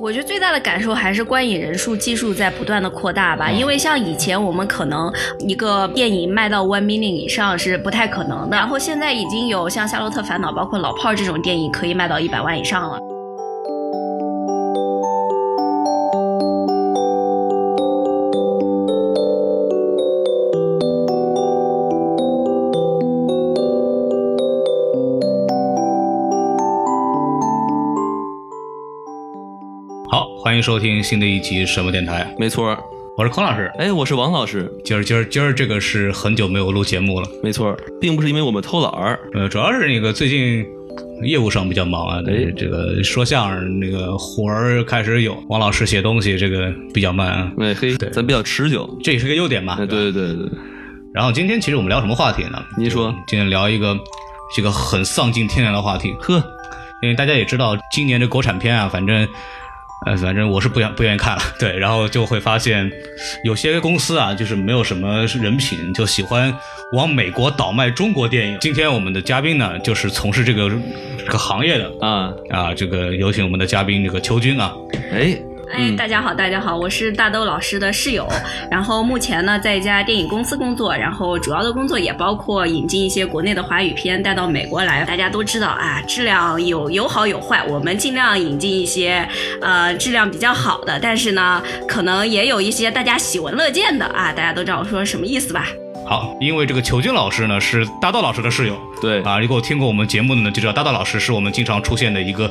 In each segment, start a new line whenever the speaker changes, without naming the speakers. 我觉得最大的感受还是观影人数技术在不断的扩大吧，因为像以前我们可能一个电影卖到 one million 以上是不太可能的，然后现在已经有像《夏洛特烦恼》包括《老炮儿》这种电影可以卖到一百万以上了。
好，欢迎收听新的一期什么电台，
没错儿。
我是孔老师。
哎，我是王老师。
今儿今儿今儿这个是很久没有录节目了，
没错儿，并不是因为我们偷懒儿。
呃，主要是那个最近业务上比较忙啊，但是
哎
这个说相声那个活儿开始有，王老师写东西这个比较慢啊，
哎嘿，
对
咱比较持久。
这也是个优点嘛。
哎，
吧
对对对对，
然后今天其实我们聊什么话题呢？
您说
今天聊一个这个很丧尽天良的话题，
呵，
因为大家也知道今年的国产片啊，反正。呃，反正我是不愿不愿意看了， 对，然后就会发现，有些公司啊，就是没有什么人品，就喜欢往美国倒卖中国电影。今天我们的嘉宾呢，就是从事这个这个行业的
啊，
啊，这个有请我们的嘉宾这个邱军啊，
哎，
哎
嗯，
大家好，大家好，我是大豆老师的室友，然后目前呢在一家电影公司工作，然后主要的工作也包括引进一些国内的华语片带到美国来。大家都知道啊，质量有有好有坏，我们尽量引进一些呃质量比较好的，但是呢，可能也有一些大家喜闻乐见的啊，大家都知道我说什么意思吧？
好，因为这个裘军老师呢是大道老师的室友
对，
啊，如果听过我们节目的呢，就知道大道老师是我们经常出现的一个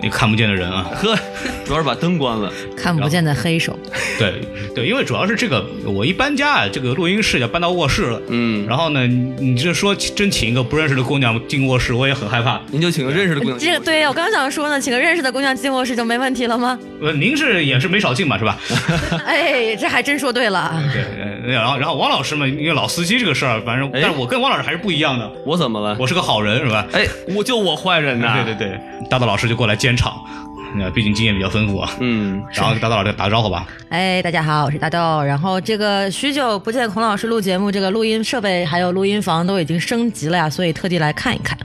你看不见的人 啊。
呵，主要是把灯关了。
看不见的黑手，
对对，因为主要是这个，我一搬家啊，这个录音室要搬到卧室了。
嗯，
然后呢，你你这说真请一个不认识的姑娘进卧室，我也很害怕。
您就请个认识的姑娘。
这个对哦我刚想说呢，请个认识的姑娘进卧室就没问题了吗？
呃，您是也是没少进吧，是吧？
哎，这还真说对了。
对。呃然后然后王老师嘛，因为老司机这个事儿，反正
哎
但是我跟王老师还是不一样的，
我怎么了？
我是个好人，是吧？
哎，我就我坏人呐。
对对对，大道老师就过来监场，呃毕竟经验比较丰富啊。
嗯，
然后给大道老师打个招呼吧。
哎，大家好，我是大豆。然后这个许久不见孔老师录节目，这个录音设备还有录音房都已经升级了呀，所以特地来看一看，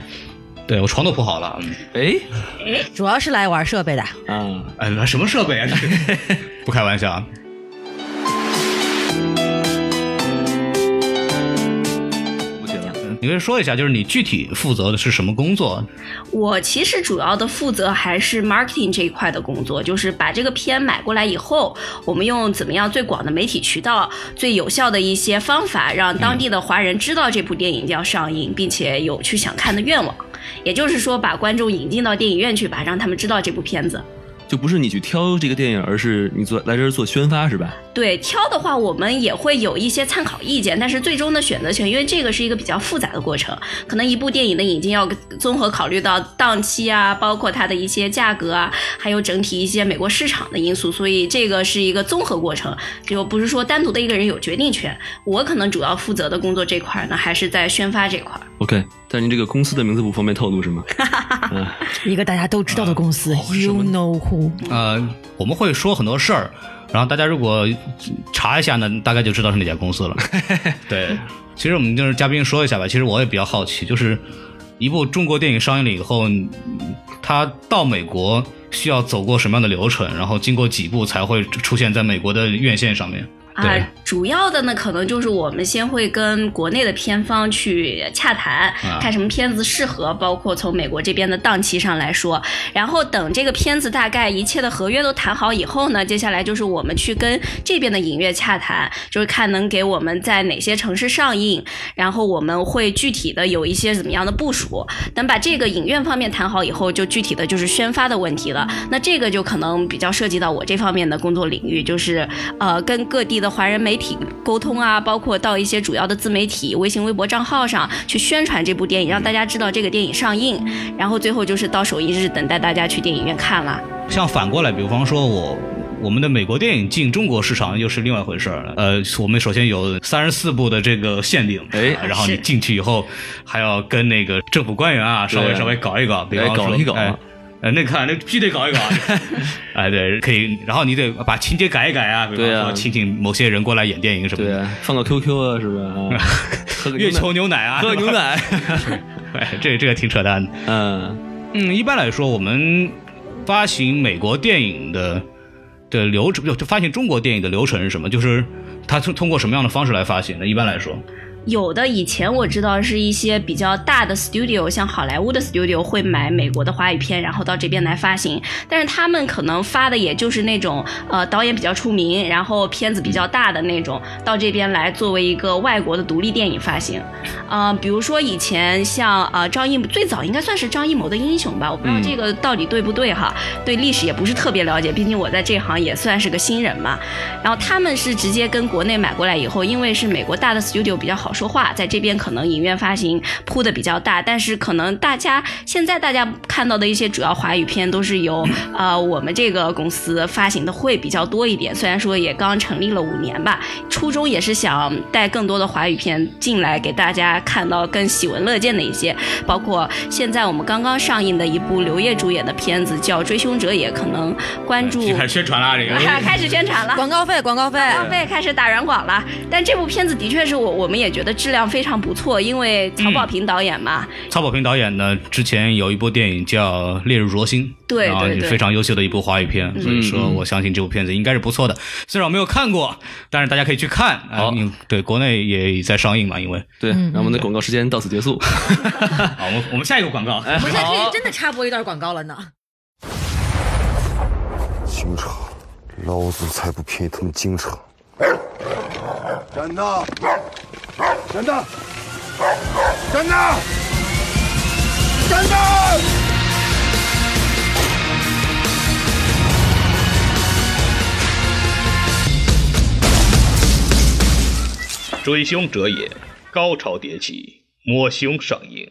对我床都铺好了，嗯
哎，
主要是来玩设备的。
啊，
哎，什么设备啊？这是不开玩笑啊。
不行，
你可以说一下，就是你具体负责的是什么工作？
我其实主要的负责还是 marketing 这一块的工作，就是把这个片买过来以后，我们用怎么样最广的媒体渠道、最有效的一些方法，让当地的华人知道这部电影要上映，并且有去想看的愿望。也就是说，把观众引进到电影院去吧，让他们知道这部片子。
就不是你去挑这个电影，而是你做来这儿做宣发是吧？
对挑的话，我们也会有一些参考意见，但是最终的选择权，因为这个是一个比较复杂的过程，可能一部电影的引进要综合考虑到档期啊，包括它的一些价格啊，还有整体一些美国市场的因素，所以这个是一个综合过程，就不是说单独的一个人有决定权。我可能主要负责的工作这块呢，还是在宣发这块。
OK，但您这个公司的名字不方便透露是吗？
一个大家都知道的公司、y o u know who。
呃，我们会说很多事儿，然后大家如果查一下呢，大概就知道是哪家公司了。对，其实我们就是嘉宾说一下吧。其实我也比较好奇，就是一部中国电影上映了以后，嗯它到美国需要走过什么样的流程，然后经过几步才会出现在美国的院线上面？
啊
对，
主要的呢，可能就是我们先会跟国内的片方去洽谈
啊，
看什么片子适合，包括从美国这边的档期上来说，然后等这个片子大概一切的合约都谈好以后呢，接下来就是我们去跟这边的影院洽谈，就是看能给我们在哪些城市上映，然后我们会具体的有一些怎么样的部署。等把这个影院方面谈好以后，就具体的就是宣发的问题了。那这个就可能比较涉及到我这方面的工作领域，就是呃跟各地的的华人媒体沟通啊，包括到一些主要的自媒体、微信、微博账号上去宣传这部电影，让大家知道这个电影上映，然后最后就是到首映日等待大家去电影院看了。
像反过来，比方说我。我们的美国电影进中国市场又是另外一回事儿了。呃，我们首先有三十四部的这个限定，
哎
啊然后你
是
进去以后，还要跟那个政府官员啊，稍微
对啊
稍微搞一搞，比方
哎
说
搞一搞
哎呃，那看那必须得搞一搞啊， 哎，对，可以，然后你得把情节改一改啊，比方
对啊
说请请某些人过来演电影什么
对
的，
啊，放个 QQ 啊，是不是 啊？喝个牛
月
奶
球牛奶啊，
喝个牛 奶，
哎，这这个挺扯淡的。
嗯，
嗯，一般来说，我们发行美国电影的的流程，就发行中国电影的流程是什么？就是它通通过什么样的方式来发行的？一般来说，
有的以前我知道是一些比较大的 studio，像好莱坞的 studio 会买美国的华语片，然后到这边来发行。但是他们可能发的也就是那种呃导演比较出名，然后片子比较大的那种，到这边来作为一个外国的独立电影发行。呃，比如说以前像呃张艺谋最早应该算是张艺谋的《英雄》吧，我不知道这个到底对不对哈，对历史也不是特别了解，毕竟我在这行也算是个新人嘛。然后他们是直接跟国内买过来以后，因为是美国大的 studio 比较好说话，在这边可能影院发行铺的比较大，但是可能大家现在大家看到的一些主要华语片都是 由呃我们这个公司发行的会比较多一点，虽然说也刚成立了五年吧，初衷也是想带更多的华语片进来给大家看到更喜闻乐见的一些，包括现在我们刚刚上映的一部刘烨主演的片子叫《追凶者》，也可能关注。
开始宣传啦，这个。
开始宣传了，
广告费，广告费，
浪费开始打软广了。但这部片子的确是我我们也觉得质量非常不错，因为曹保平导演嘛，
曹保平导演呢，之前有一部电影叫《烈日灼心》，
对
然后
对嗯
也
对
非常优秀的一部华语片，所以说我相信这部片子应该是不错的。虽然我没有看过，但是大家可以去看啊、
好
你对，国内也在上映嘛，因为
对，
嗯
然后我们的广告时间到此结束。
好，我们我们下一个广告，
哎，
不是可
好
以，真的插播一段广告了呢。
京城，老子才不便宜他们京城！
站呐！站呐！站呐！站呐！
追凶者也》高潮迭起，摸胸上映。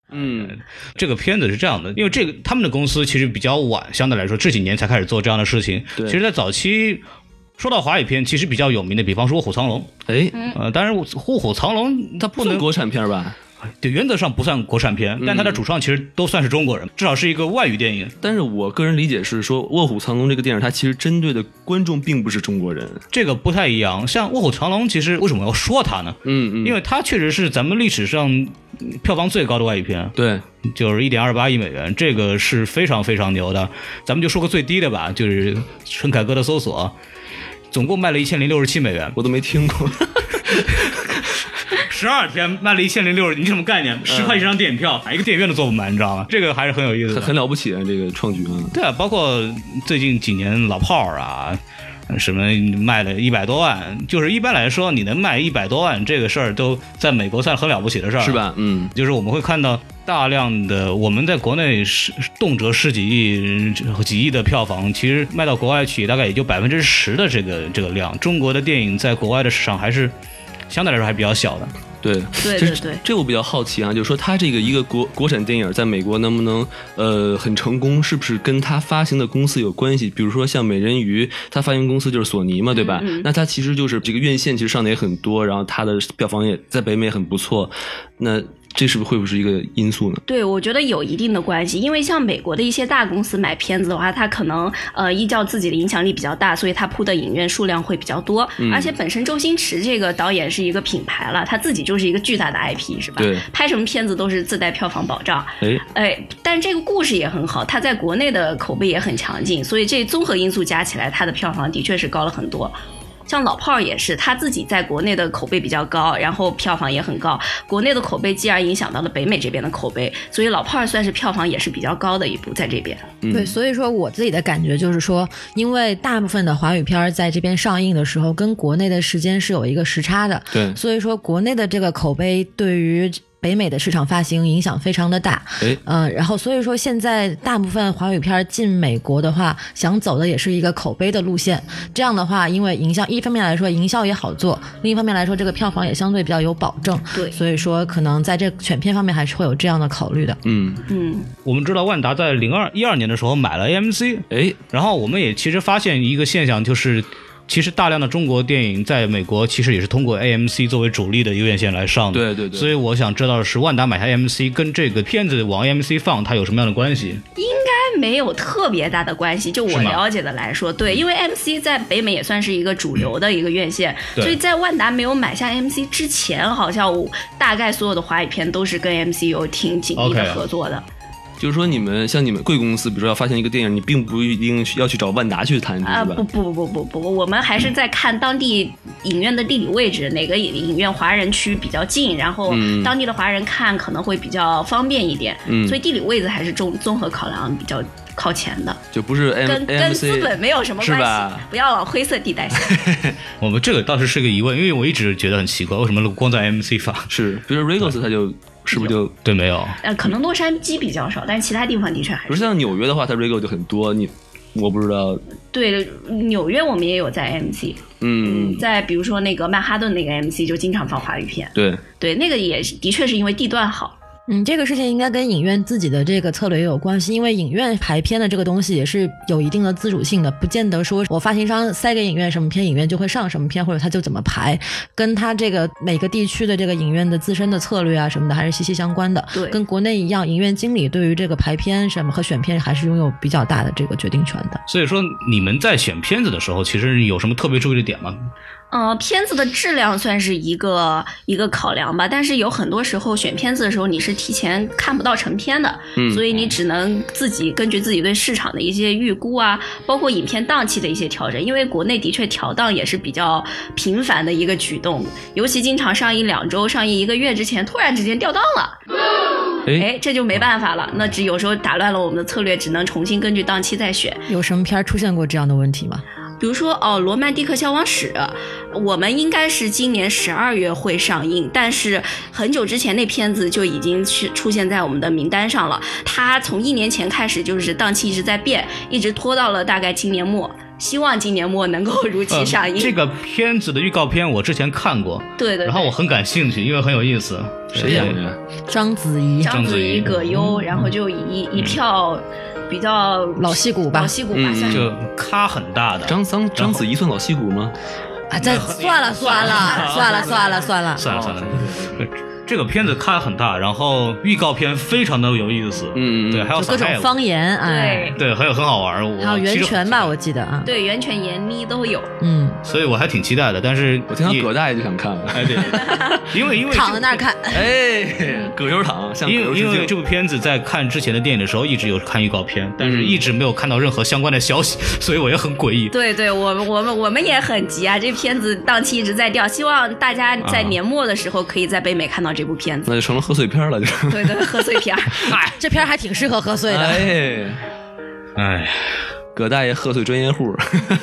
嗯，
这个片子是这样的，因为这个他们的公司其实比较晚，相对来说这几年才开始做这样的事情。
对
其实，在早期。说到华语片，其实比较有名的，比方说《虎藏龙
哎，》，
呃，当然《虎虎藏龙》它不
算
能
国嗯产片儿吧？
对，原则上不算国产片，但它的主创其实都算是中国人，至少是一个外语电影。
但是我个人理解是说，《卧虎藏龙》这个电影，它其实针对的观众并不是中国人。
这个不太一样。像《卧虎藏龙》，其实为什么要说它呢？
嗯嗯，
因
为
为它确实是咱们历史上嗯票房最高的外语片，
对，
就是一点二八亿美元，这个是非常非常牛的。咱们就说个最低的吧，就是陈凯歌的《搜索》，总共卖了一千零六十七美元，
我都没听 过。
十二天卖了一千零六十，你什么概念？十块一张电影票，一个电影院都坐不满，你知道吗？这个还是很有意思
很
的。
很了不起啊，这个创举啊！
对啊，包括最近几年老炮儿啊，什么卖了一百多万，就是一般来说，你能卖一百多万这个事儿，都在美国算很了不起的事儿，
是？吧？嗯，
就是我们会看到大量的我们在国内是动辄十几亿、几亿的票房，其实卖到国外去大概也就百分之十的这个这个量。中国的电影在国外的市场还是相对来说还比较小的。
对，
对
其
对
实
对。
这我比较好奇啊，就是说它这个一个国国产电影在美国能不能呃很成功，是不是跟它发行的公司有关系？比如说像美人鱼，它发行公司就是索尼嘛，对吧？
嗯
那它其实就是这个院线其实上的也很多，然后它的票房也在北美也很不错，那这是不是会不会是一个因素呢？
对，我觉得有一定的关系，因为像美国的一些大公司买片子的话，它可能呃依照自己的影响力比较大，所以它铺的影院数量会比较多。而且本身周星驰这个导演是一个品牌了，他自己就是一个巨大的 IP，是吧？
对
拍什么片子都是自带票房保障。
哎，
哎，但这个故事也很好，它在国内的口碑也很强劲，所以这综合因素加起来，它的票房的确是高了很多。像老炮儿也是，他自己在国内的口碑比较高，然后票房也很高，国内的口碑继而影响到了北美这边的口碑，所以老炮儿算是票房也是比较高的一部在这边。
对，所以说我自己的感觉就是说，因为大部分的华语片儿在这边上映的时候，跟国内的时间是有一个时差的，
对
所以说国内的这个口碑对于北美的市场发行影响非常的大，
哎
呃，然后所以说现在大部分华语片进美国的话，想走的也是一个口碑的路线。这样的话，因为营销一方面来说营销也好做，另一方面来说这个票房也相对比较有保证，
对
所以说可能在这选片方面还是会有这样的考虑的。
嗯，
嗯，
我们知道万达在零二一二年的时候买了 AMC，
哎，
然后我们也其实发现一个现象，就是其实大量的中国电影在美国其实也是通过 AMC 作为主力的一个院线来上的。
对对对
所以我想知道的是，万达买下 AMC 跟这个片子往 AMC 放，它有什么样的关系？
应该没有特别大的关系。就我
是吗
了解的来说，
嗯
对，因为 MC 在北美也算是一个主流的一个院线，
嗯
对
所以在万达没有买下 MC 之前，好像我大概所有的华语片都是跟 MC 有挺紧密
OK
的合作的。
就是说你们像你们贵公司，比如说要发行一个电影，你并不一定要去找万达去谈，
啊，
是
不
吧？
不不不不不，我们还是在看当地影院的地理位置，哪个影影院华人区比较近，然后
嗯
当地的华人看可能会比较方便一点，
嗯
所以地理位置还是综综合考量比较靠前的，
就不是 M
跟跟资
AMC
本没有什么
是
关系
吧，
不要往灰色地带想。
我们这个倒是是个疑问，因为我一直觉得很奇怪，为什么光在 AMC 放？
是，比如说 Regos，它就是不是就
对，没有。
呃，可能洛杉矶比较少，但是其他地方的确还
不是
是
像纽约的话，它 Regos 就很多，你我不知道，
对纽约我们也有在 MC，
嗯，
在比如说那个曼哈顿那个 MC 就经常放华语片，
对，
对，那个也是的确是因为地段好。
嗯，这个事情应该跟影院自己的这个策略也有关系，因为影院排片的这个东西也是有一定的自主性的，不见得说我发行商塞给影院什么片，影院就会上什么片，或者它就怎么排，跟它这个每个地区的这个影院的自身的策略啊什么的还是息息相关的。
对
跟国内一样，影院经理对于这个排片什么和选片还是拥有比较大的这个决定权的。
所以说你们在选片子的时候，其实有什么特别注意的点吗？
呃，片子的质量算是一个一个考量吧，但是有很多时候选片子的时候，你是提前看不到成片的，
嗯
所以你只能自己根据自己对市场的一些预估啊，包括影片档期的一些调整，因为国内的确调档也是比较频繁的一个举动，尤其经常上映两周、上映一个月之前，突然之间调档了，
哎，
哎，这就没办法了，那只有时候打乱了我们的策略，只能重新根据档期再选。
有什么片儿出现过这样的问题吗？
比如说哦，《罗曼蒂克消亡史》，我们应该是今年十二月会上映，但是很久之前那片子就已经是出现在我们的名单上了。它从一年前开始就是档期一直在变，一直拖到了大概今年末。希望今年末能够如期上映。
嗯这个片子的预告片我之前看过，
对对对。
然后我很感兴趣，因为很有意思。
谁演
对？
的？
章子怡。
章子
章子怡
怡、葛
嗯
优，然后就一一票比较
老戏骨吧
老戏骨吧，
嗯
算是
就呃咖很大的。
张张章子怡算老戏骨吗？
啊，再算了算了算了算了算了，
算了算
哦
了， 这个片子咖很大，然后预告片非常的有意思。
嗯嗯嗯
对，还有
就各种
撒开
方言哎
对。
对，还有很好玩。我
还有
其
源
实
泉吧，我记得啊，
对袁泉、闫妮都有。
嗯，
所以我还挺期待的。但是
我听到
也
葛大爷就想看了，
哎 对，因为因为
躺在那儿看，
哎，葛优躺，向葛
因
优
为因为
致
这
敬。
部片子在看之前的电影的时候，一直有看预告片，但是一直没有看到任何相关的消息， 所以我也很诡异。
对对，我们我们我们也很急啊！这片子档期一直在掉，希望大家在年末的时候可以在北美看到这部片子。
那就成了贺岁片了，就是。
对对，贺岁片儿。
这片儿还挺适合喝醉的。
哎，
哎，
葛大爷贺岁专业户，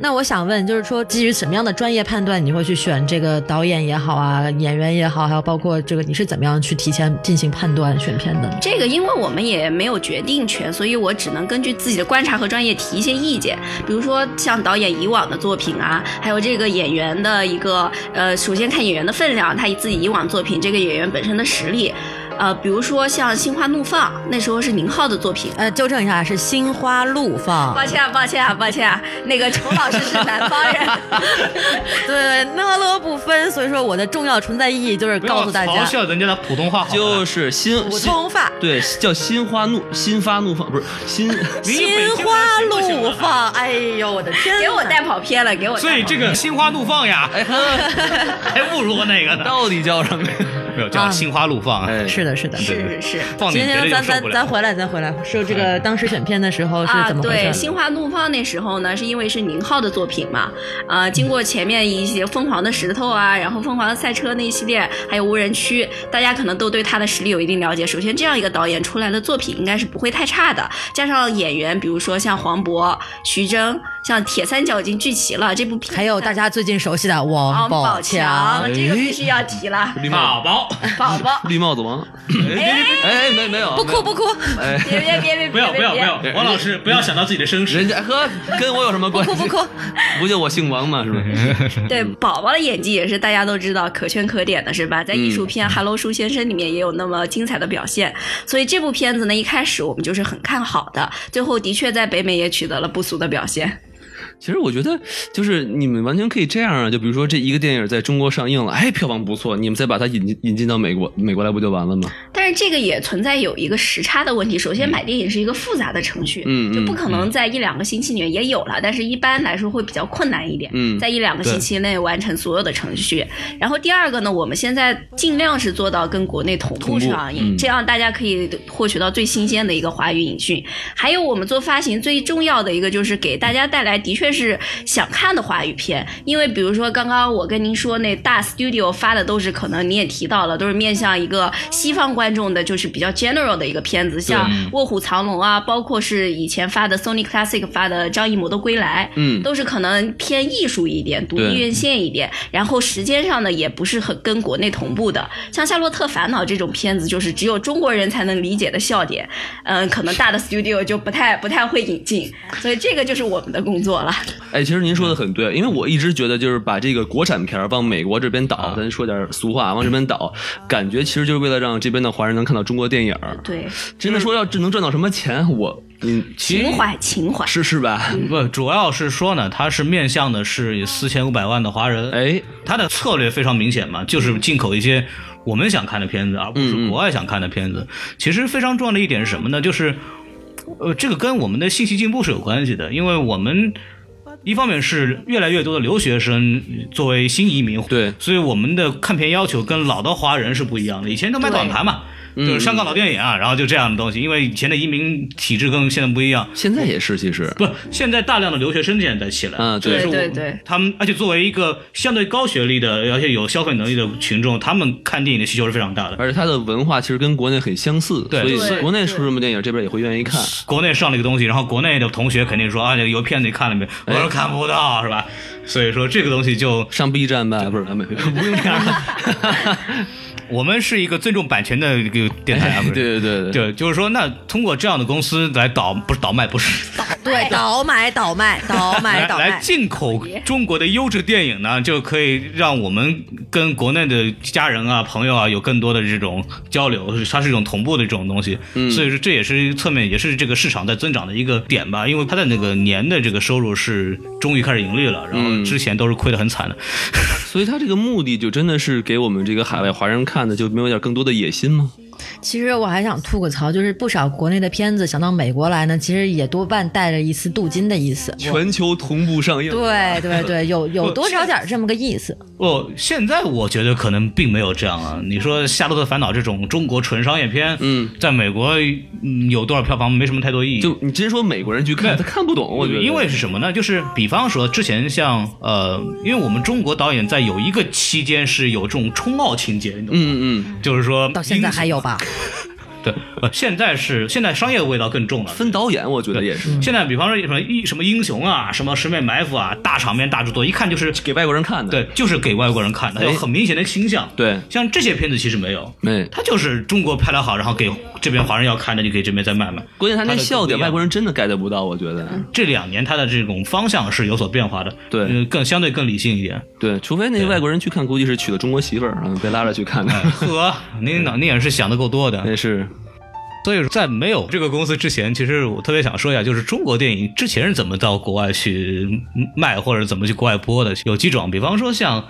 那我想问，就是说基于什么样的专业判断，你会去选这个导演也好啊，演员也好，还有包括这个你是怎么样去提前进行判断选片的？
这个因为我们也没有决定权，所以我只能根据自己的观察和专业提一些意见。比如说像导演以往的作品啊，还有这个演员的一个呃，首先看演员的分量，他自己以往作品这个演员本身的实力。呃，比如说像《心花怒放》，那时候是宁浩的作品，
呃，纠正一下，是《心花怒放
哎
抱》。歉啊，抱歉啊，抱歉啊，那个仇老师是南方人。
对，讷乐不分，所以说我的重要存在意义就是
不要
告诉大
嘲
家，哎
笑人家的普通话好吗啊
就是新
普
新
通话，
对叫心花怒心发怒放，不是心
你北京人
心花
行不行
怒
啊
放。哎呦，我的天哪！
给我带跑偏了，给我带跑
所以这个心花怒放呀，还不如那个呢。
到底叫什么呀？
没有叫心花怒放，啊
哎，
是的，是的，
是是是。
放
行
点别的就
行，咱
受
咱
不了哎
咱。回来，咱回来，说这个当时选片的时候是
啊，
怎么回事？
对，《心花怒放》那时候呢，是因为是宁浩的作品嘛，啊，经过前面一些《疯狂的石头》啊，然后《疯狂的赛车》那一系列，还有《无人区》，大家可能都对他的实力有一定了解。首先，这样一个导演出来的作品应该是不会太差的，加上演员，比如说像黄渤、徐峥，像铁三角已经聚齐了，这部片
还有大家最近熟悉的王
王宝
哦强，
强，这个必须要提了。
宝宝，
宝
宝，
宝
绿帽子王。哎，没没有，
不哭不哭，
哎，
别别别别
不要不要不要
别，
王老师不要想到自己的身世。
人家呵，跟我有什么
不
关系？
哭不哭，
不就我姓王嘛，是 不是？
对，
嗯
宝宝的演技也是大家都知道可圈可点的，是吧？
嗯
在艺术片《哈喽树先生》里面也有那么精彩的表现，所以这部片子呢，一开始我们就是很看好的，最后的确在北美也取得了不俗的表现。
其实我觉得，就是你们完全可以这样啊，就比如说这一个电影在中国上映了，哎，票房不错，你们再把它引进引进到美国，美国来不就完了吗？
但是这个也存在有一个时差的问题。首先，买电影是一个复杂的程序，
嗯嗯嗯
就不可能在一两个星期里面也有了，但是一般来说会比较困难一点，
嗯
在一两个星期内完成所有的程序。然后第二个呢，我们现在尽量是做到跟国内同步上
同步
映，
嗯
这样大家可以获取到最新鲜的一个华语影讯。还有我们做发行最重要的一个就是给大家带来的确是想看的华语片，因为比如说刚刚我跟您说那大 studio 发的都是可能你也提到了，都是面向一个西方观众的，就是比较 general 的一个片子，像《卧虎藏龙》啊，包括是以前发的 Sony Classic 发的张艺谋的《归来》，
嗯
都是可能偏艺术一点，独
对
立院线一点，然后时间上呢也不是很跟国内同步的。像《夏洛特烦恼》这种片子，就是只有中国人才能理解的笑点，嗯，可能大的 studio 就不太不太会引进，所以这个就是我们的工作了。
哎，其实您说的很对，因为我一直觉得就是把这个国产片儿往美国这边
啊
倒，咱说点俗话，往这边倒，感觉其实就是为了让这边的华人能看到中国电影儿。
对，
嗯
真的说要这能赚到什么钱，我嗯，其
情怀情怀。嗯
是是吧？
不，主要是说呢，它是面向的是四千五百万的华人，
哎，
它的策略非常明显嘛，就是进口一些我们想看的片子，而不
嗯嗯
是国外想看的片子。其实非常重要的一点是什么呢？就是，呃，这个跟我们的信息进步是有关系的，因为我们。一方面是越来越多的留学生作为新移民，
对
所以我们的看片要求跟老的华人是不一样的。以前都买短盘嘛，
嗯
就是香港老电影啊，然后就这样的东西。因为以前的移民体制跟现在不一样，
现在也是，其实
不，现在大量的留学生现在在起来，
啊对
就是我
对对对，
他们而且作为一个相对高学历的，而且有消费能力的群众，他们看电影的需求是非常大的。
而且它的文化其实跟国内很相似，
对
所以
对
国内出什么电影，这边也会愿意看。
国内上了一个东西，然后国内的同学肯定说啊，有片子你看了没？
哎
我说看不到，是吧？所以说这个东西 就
上 B 站吧，不是，啊没不用这样了。
我们是一个尊重版权的一个电台啊，不是？
对 对对对，
对，就是说，那通过这样的公司来倒，不是倒卖，不是
对，倒买倒卖倒 买
来
倒
来
卖，
进口中国的优质电影呢，就可以让我们跟国内的家人啊、朋友啊有更多的这种交流，它是一种同步的这种东西。所以说这也是侧面，也是这个市场在增长的一个点吧。因为它的那个年的这个收入是终于开始盈利了，然后之前都是亏得很惨的。
所以它这个目的就真的是给我们这个海外华人看的，就没有点更多的野心吗？
其实我还想吐个槽，就是不少国内的片子想到美国来呢，其实也多半带着一丝镀金的意思。我
全球同步上映，
对对对，有有多少点这么个意思。
哦，现在我觉得可能并没有这样啊。你说《夏洛特烦恼》这种中国纯商业片，
嗯，
在美国、嗯有多少票房没什么太多意义。
就你真说美国人去看，他看不懂，我觉得。
因为是什么呢？就是比方说之前像呃，因为我们中国导演在有一个期间是有这种冲奥情节，你懂吗？
嗯嗯，
就是说
到现在还有吧？
对，呃，现在是现在商业味道更重了。
分导演我觉得也是嗯
现在比方说什么英什么英雄啊，什么十面埋伏啊，大场面大制作，一看就是
给外国人看的。
对，就是给外国人看的，
哎
有很明显的倾向。
对
像这些片子其实没有，
没，
它就是中国拍的好，然后给这边华人要看的，就给这边再卖卖。
关键他那笑
它的不
点，
一样嗯
外国人真的 get 不到，我觉得。
这两年它的这种方向是有所变化的，
对
呃更相对更理性一点。
对，除非那外国人去看，估计是娶了中国媳妇儿，然后被拉着去看的。
哎 呵，您脑您也是想的够多的。
那是
所以在没有这个公司之前，其实我特别想说一下，就是中国电影之前是怎么到国外去卖，或者怎么去国外播的。有几种，比方说像。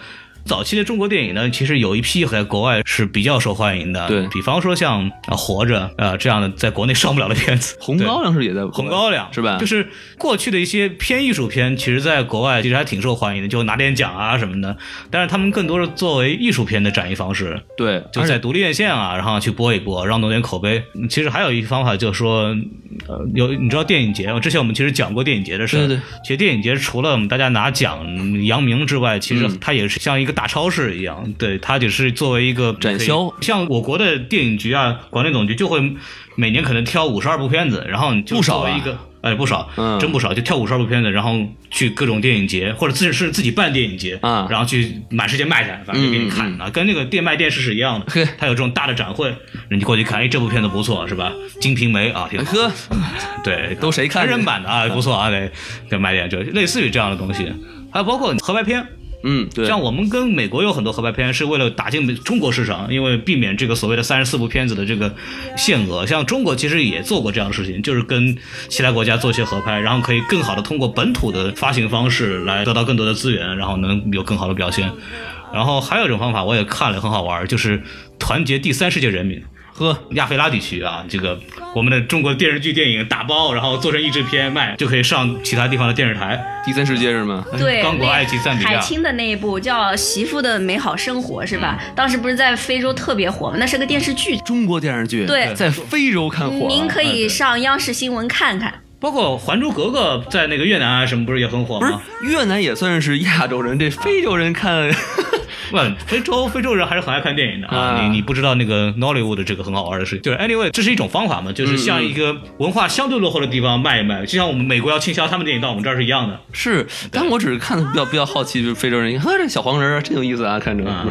早期的中国电影呢，其实有一批在国外是比较受欢迎的，
对
比方说像《啊活着》啊、这样的在国内上不了的片子，
红
对
高粱是也在
红高粱
是吧？
就是过去的一些偏艺术片，其实在国外其实还挺受欢迎的，就拿点奖啊什么的。但是他们更多是作为艺术片的展映方式，
对，
就在独立院线啊，然后去播一播，让弄点口碑。嗯其实还有一方法，就是说，呃，有你知道电影节吗？之前我们其实讲过电影节的事儿。
对对
其实电影节除了我们大家拿奖扬名之外，其实
嗯
它也是像一个大超市一样，对，它只是作为一个
展销。
像我国的电影局啊，广电总局就会每年可能挑五十二部片子，然后你就
不少
作为
啊
一个。哎，不少，
嗯
真不少，就跳舞少数片的，然后去各种电影节，或者自己是自己办电影节，
啊
然后去满世界卖去，反正就给你看
嗯
啊，跟那个店卖电视是一样的
嘿，
它有这种大的展会，你过去看，哎，这部片子不错，是吧？《金瓶梅》啊，挺好，
呵，
对，
都谁看
成
的嗯
人版的啊，不错啊，得得买点这，类似于这样的东西，还有包括合拍片，
嗯，对，
像我们跟美国有很多合拍片，是为了打进中国市场，因为避免这个所谓的三十四部片子的这个限额。像中国其实也做过这样的事情，就是跟其他国家做一些合拍，然后可以更好的通过本土的发行方式来得到更多的资源，然后能有更好的表现。然后还有一种方法，我也看了很好玩，就是团结第三世界人民。和亚非拉地区啊，这个我们的中国电视剧、电影打包，然后做成译制片卖，就可以上其他地方的电视台。
第三世界是吗？
对，
刚果、
那
埃及、赞比
啊
亚。
海清的那一部叫《媳妇的美好生活》是吧？
嗯
当时不是在非洲特别火吗？那是个电视剧，
中国电视剧
对
在非洲看火了，
您可以
嗯
上央视新闻看看。
包括《还珠格格》在那个越南啊啊什么，不是也很火
不是
吗？
越南也算是亚洲人，这非洲 人看
不，非洲非洲人还是很爱看电影的啊。
啊
你你不知道那个 Nollywood 的这个很好玩的事情，就是 anyway，这是一种方法嘛，就是向一个文化相对落后的地方卖一卖，就像我们美国要倾销他们电影到我们这儿是一样 的。
是，但我只是看的比较比较好奇，就是非洲人， 呵，这小黄人儿真有意思啊，看着。
啊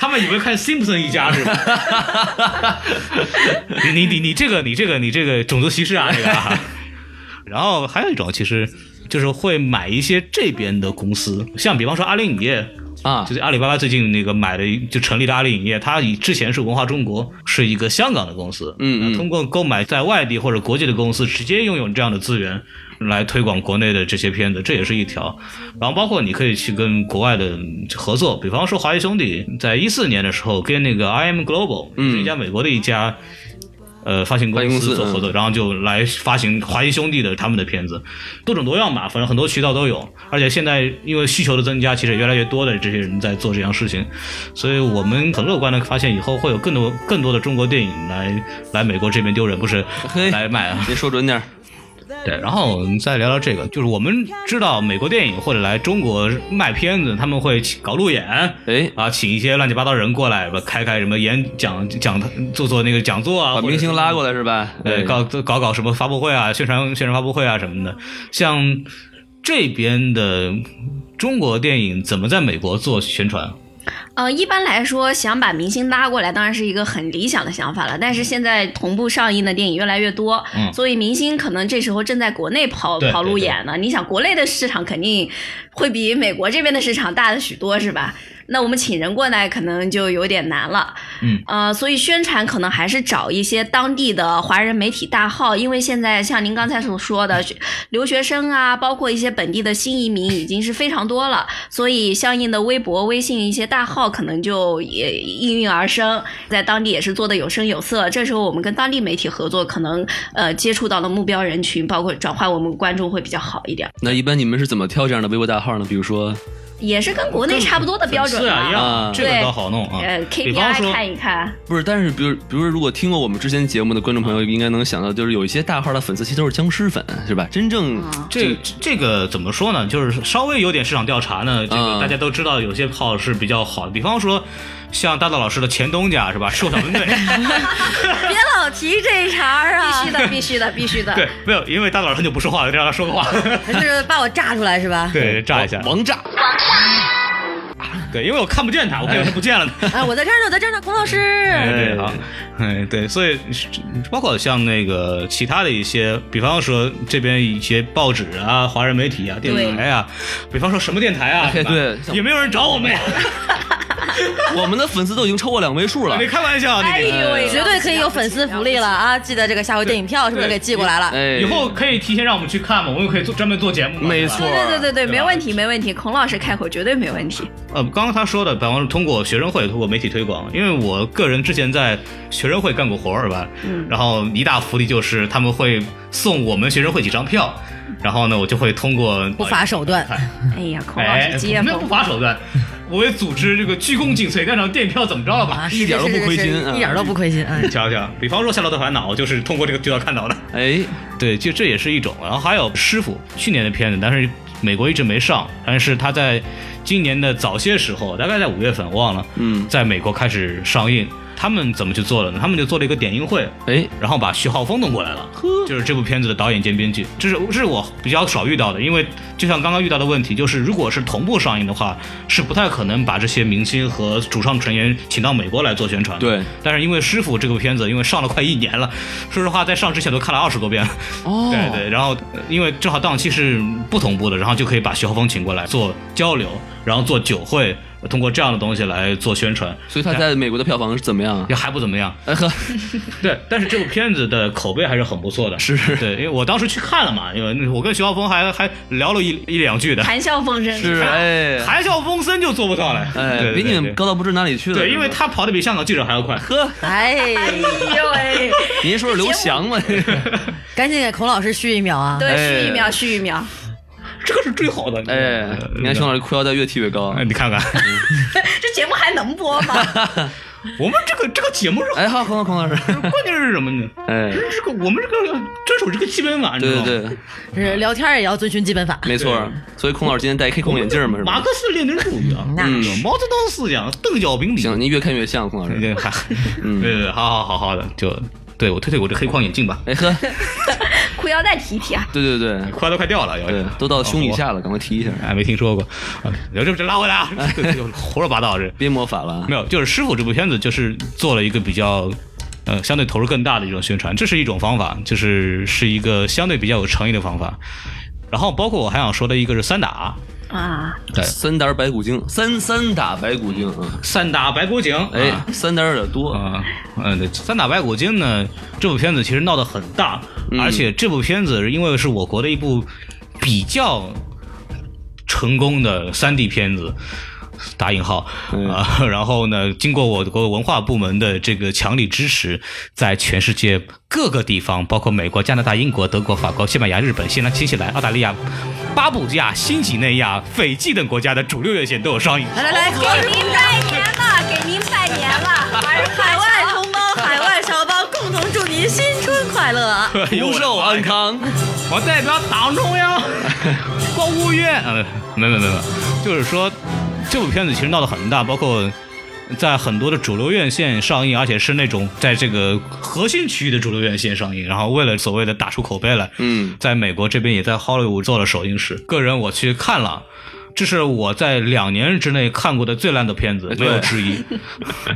他们以为看 Simpson 一家是吧？你 你你你这个你这个你这个种族歧视啊，这个、啊。然后还有一种其实就是会买一些这边的公司，像比方说阿里影业。
啊
就是阿里巴巴最近那个买的一，就成立了阿里影业，它以之前是文化中国，是一个香港的公司，
嗯嗯
那通过购买在外地或者国际的公司，直接拥有这样的资源来推广国内的这些片子，这也是一条。然后包括你可以去跟国外的合作，比方说华谊兄弟在一四年的时候跟那个 IM Global，
嗯
是一家美国的一家。呃，发行
发行
公
公司嗯
司做合作，然后就来发行华谊兄弟的他们的片子，多种多样吧，反正很多渠道都有。而且现在因为需求的增加，其实也越来越多的这些人在做这样事情，所以我们很乐观的发现，以后会有更多更多的中国电影来来美国这边丢人，不是
嘿
来卖啊。
您说准点儿，
对，然后我们再聊聊这个，就是我们知道美国电影或者来中国卖片子，他们会请搞路演，
哎，
啊，请一些乱七八糟人过来吧，开开什么演讲讲做做那个讲座啊，
把
或者
明星
是
拉过来是吧？
对，
哎
搞搞搞什么发布会啊，宣传宣传发布会啊什么的。像这边的中国电影怎么在美国做宣传？
呃，一般来说，想把明星拉过来，当然是一个很理想的想法了。但是现在同步上映的电影越来越多，
嗯
所以明星可能这时候正在国内跑
对
跑路
对对
演呢。你想，国内的市场肯定会比美国这边的市场大的许多，是吧？那我们请人过来可能就有点难了，
嗯，
呃，所以宣传可能还是找一些当地的华人媒体大号，因为现在像您刚才所说的，留学生啊，包括一些本地的新移民已经是非常多了，所以相应的微博、微信一些大号可能就也应运而生，在当地也是做的有声有色。这时候我们跟当地媒体合作，可能呃接触到的目标人群，包括转化我们观众会比较好一点，
那一般你们是怎么挑这样的微博大号呢？比如说
也是跟国内差不多的标准
是
吧
啊，一样，
啊
这个倒好弄啊。
呃
比方说
，KPI 看一看，
不是，但是比如比如说，如果听过我们之前节目的观众朋友，应该能想到，就是有一些大号的粉丝其实都是僵尸粉，是吧？真正
这这个怎么说呢？就是稍微有点市场调查呢，这个
嗯
大家都知道，有些号是比较好的，比方说像大道老师的前东家是吧？瘦小分 队，
别哎老提这茬儿
必
啊
须，的，必须的，必须的。
对，没有，因为大道老师就不说话了，让他说个话，
就是把我炸出来是吧？
对，炸一下，
王炸，
对，因为我看不见他，我看见他不见了呢。
啊，我在这儿呢，我在这儿呢，孔老师。
哎，对，好，哎，对，所以包括像那个其他的一些，比方说这边一些报纸啊、华人媒体啊、电视台啊，比方说什么电台啊，
哎
是吧
对
也没有人找我 们呀，
我们的粉丝都已经超过两位数了
你。开玩笑，啊
哎
你
呦喂，
绝对可以有粉丝福利了啊！记得这个下回电影票是不是给寄过来了？
哎，
以后可以提前让我们去看嘛，我们可以做专门做节目嘛，
没
是吧
错
对对对对，
吧
没问题，没问题。孔老师开口绝对没问 题。
呃，刚刚他说的，比方说通过学生会、通过媒体推广，因为我个人之前在学生会干过活儿，是吧？嗯。然后一大福利就是他们会送我们学生会几张票，然后呢，我就会通过
不乏手段，
哎呀，孔老
哎
师经，验
没有
丰富。
不法手 段，我也组织这个鞠躬尽瘁，干场电影票怎么着了吧？
啊，
一点都不亏心
是是是
啊
一点都不亏心。哎，
瞧瞧，比方说《夏洛特烦恼》，我就是通过这个渠道看到的。
哎，
对，就这也是一种。然后还有《师傅》，去年的片子，但是美国一直没上，但是他在今年的早些时候，大概在五月份，我忘了，
嗯
在美国开始上映。他们怎么去做的呢？他们就做了一个点映会，
哎，
然后把徐浩峰弄过来了，就是这部片子的导演兼编剧，这是这是我比较少遇到的，因为就像刚刚遇到的问题，就是如果是同步上映的话，是不太可能把这些明星和主创成员请到美国来做宣传的。
对，
但是因为《师傅》这部片子，因为上了快一年了，说实话，在上之前都看了二十多遍了。
哦
对对，然后呃因为正好档期是不同步的，然后就可以把徐浩峰请过来做交流，然后做酒会，通过这样的东西来做宣传，
所以他在美国的票房是怎么样啊？
也还不怎么样。
哎 呵，
对，但是这部片子的口碑还是很不错的。
是
对，因为我当时去看了嘛，因为那我跟徐浩峰还还聊了一一两句的，
谈笑风生
是
啊
哎
谈笑风生就做不到了。
哎，
对
比你
对
们高到不知哪里去
对
了。
对，
是
因为
吧
他跑得比香港记者还要快。
呵，
哎，
呦喂，
您说是刘翔吗？
赶紧给孔老师续一秒啊！
对，
哎
续一秒，续一秒，
这个是最好的。呃
哎，你看熊嗯老师裤腰带越踢越高。
哎，你看看，
这节目还能播吗？
我们这个这个节目是，
哎，好，孔老 孔老师，
关键是什么呢？
哎，
这个我们这个要遵守这个基本法，你知道
对
吗？
对对，
是聊天也要遵循基本法。
没错。所以孔老师今天戴 K 孔眼镜嘛，是
马
吧？
克思列宁主义啊，
那
嗯毛泽东思想，邓小平理
行，
论。
您越看越像孔老师。
对，还，对对，对好好好好的，就对我推推我这黑框眼镜吧，
哎呵，
裤腰带提一提啊！
对对对
快都快掉了，有
对，都到胸以。下了，赶快提一下，
哎，没听说过，啊这这拉回来啊， 胡说八道这。
别魔法了啊。
没有，就是《师傅》这部片子就是做了一个比较。呃，相对投入更大的一种宣传，这是一种方法，就是是一个相对比较有诚意的方法。然后，包括我还想说的一个是三打，
啊，
对
三打白骨精，三三打白骨精啊！
三打白骨精，
哎
啊，
三打有点多
啊，嗯，对，《三打白骨精》呢，这部片子其实闹得很大，
嗯
而且这部片子因为是我国的一部比较成功的三 D 片子。打引号
嗯
啊、然后呢，经过我国文化部门的这个强力支持，在全世界各个地方，包括美国、加拿大、英国、德国、法国、西班牙、日本、新西兰、新西兰、澳大利亚、巴布亚、新几内亚、斐济等国家的主流院线都有上映。
哎
来来来，
给您拜年了，给您拜年了，还是海
海外同胞、海外侨胞共同祝您新春快乐！
福寿安康。
我代表党中 央过五月，呃，没没没没，就是说这部片子其实闹得很大，包括在很多的主流院线上映，而且是那种在这个核心区域的主流院线上映，然后为了所谓的打出口碑来，
嗯
在美国这边也在好莱坞做了首映式。个人我去看了。这是我在两年之内看过的最烂的片子，没
哎对
有之 一。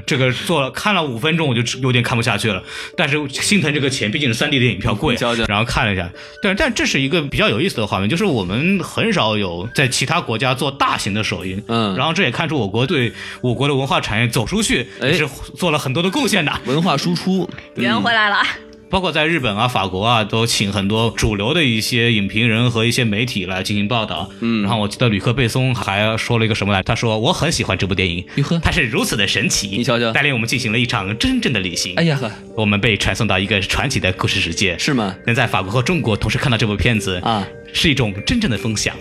这个做了看了五分钟，我就有点看不下去了。但是心疼这个钱，毕竟是三 D 电影票贵。
你瞧瞧
然后看了一下，但但这是一个比较有意思的画面，就是我们很少有在其他国家做大型的首映。
嗯
然后这也看出我国对我国的文化产业走出去
哎
也是做了很多的贡献的。
文化输出，
圆回来了，
嗯
包括在日本啊、法国啊，都请很多主流的一些影评人和一些媒体来进行报道。
嗯
然后我记得吕克贝松还说了一个什么来，他说我很喜欢这部电影
哟呵，
它是如此的神奇，
你瞧瞧
带领我们进行了一场真正的旅行。
哎呀呵，
我们被传送到一个传奇的故事世界，
是吗？
能在法国和中国同时看到这部片子
啊，
是一种真正的分享，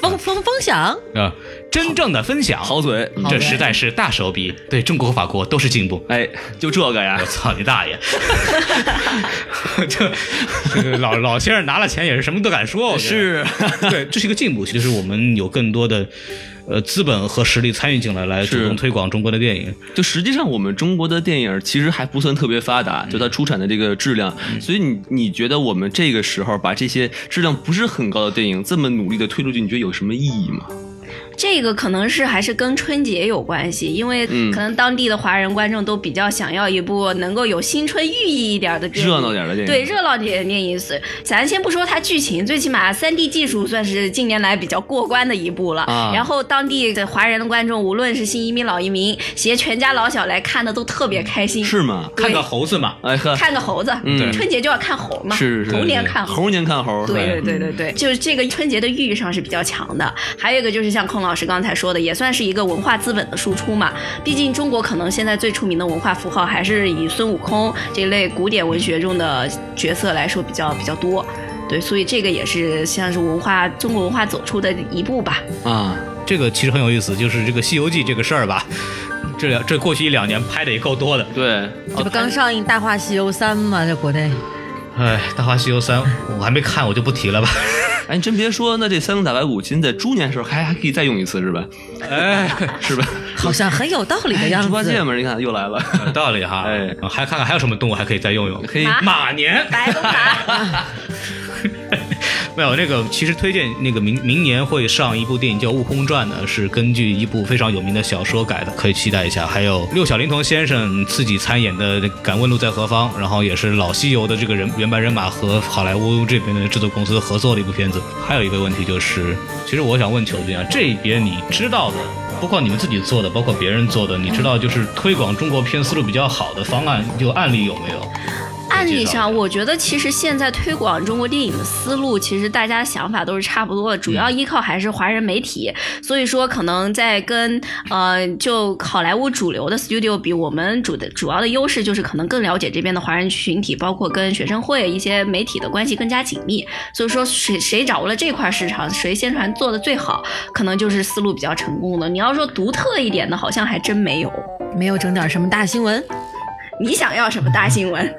风风风响，
啊，真正的分享，
好嘴，嗯
这实在是大手笔，对中国和法国都是进步。
哎，就这个 呀
我，操你大爷！就这个老老先生拿了钱也是什么都敢说，我觉得
是
对，这是一个进步，就是我们有更多的呃资本和实力参与进来，来主
是
动推广中国的电影。
就实际上我们中国的电影其实还不算特别发达，
嗯
就它出产的这个质量，所以你你觉得我们这个时候把这些质量不是很高的电影这么努力的推出去，你觉得有什么意义吗？
这个可能是还是跟春节有关系，因为
嗯
可能当地的华人观众都比较想要一部能够有新春寓意一点的电影
热闹点的电影
对热闹点的电影。所以咱先不说它剧情，最起码三 D 技术算是近年来比较过关的一步了。
啊
然后当地的华人的观众，无论是新移民、老移民，携全家老小来看的都特别开心。
是吗？
对
看个猴子嘛，
哎 呵，
看个猴子，
嗯
春节就要看猴嘛，
是是是
猴年看
猴年看猴，
对对对对对，就是这个春节的寓意上是比较强的。还有一个就是像孔老师刚才说的，也算是一个文化资本的输出嘛。毕竟中国可能现在最出名的文化符号还是以孙悟空这类古典文学中的角色来说比较比较多。对，所以这个也是像是文化中国文化走出的一步吧。
啊，
这个其实很有意思，就是这个《西游记》这个事儿吧，这两这过去一两年拍的也够多的。
对，
这不刚上映《大话西游三》吗？在国内，
哎，《大话西游三》我还没看，我就不提了吧。
哎，你真别说，那这三个大白骨今在猪年时候还还可以再用一次是吧？哎， 是吧？
好像很有道
哎
理的样
猪八戒
子。
嘛，你看又来了。
有道理哈，
哎
还看看还有什么动物还可以再用用。
可以
马
马年
白龙马，
没有那个，其实推荐那个明明年会上一部电影叫《悟空传》呢，是根据一部非常有名的小说改的，可以期待一下。还有六小龄童先生自己参演的《敢问路在何方》，然后也是老西游的这个人原班人马和好莱坞这边的制作公司合作的一部片子。还有一个问题就是，其实我想问球君啊，这边你知道的。包括你们自己做的，包括别人做的，你知道就是推广中国片思路比较好的方案，就案例有没有？
按理
介绍
上，我觉得其实现在推广中国电影的思路，其实大家想法都是差不多的，主要
嗯
依靠还是华人媒体。所以说，可能在跟呃就好莱坞主流的 studio 比，我们主的主要的优势就是可能更了解这边的华人群体，包括跟学生会一些媒体的关系更加紧密。所以说谁谁掌握了这块市场，谁宣传做的最好，可能就是思路比较成功的。你要说独特一点的，好像还真没有。
没有整点什么大新闻，
你想要什么大新闻？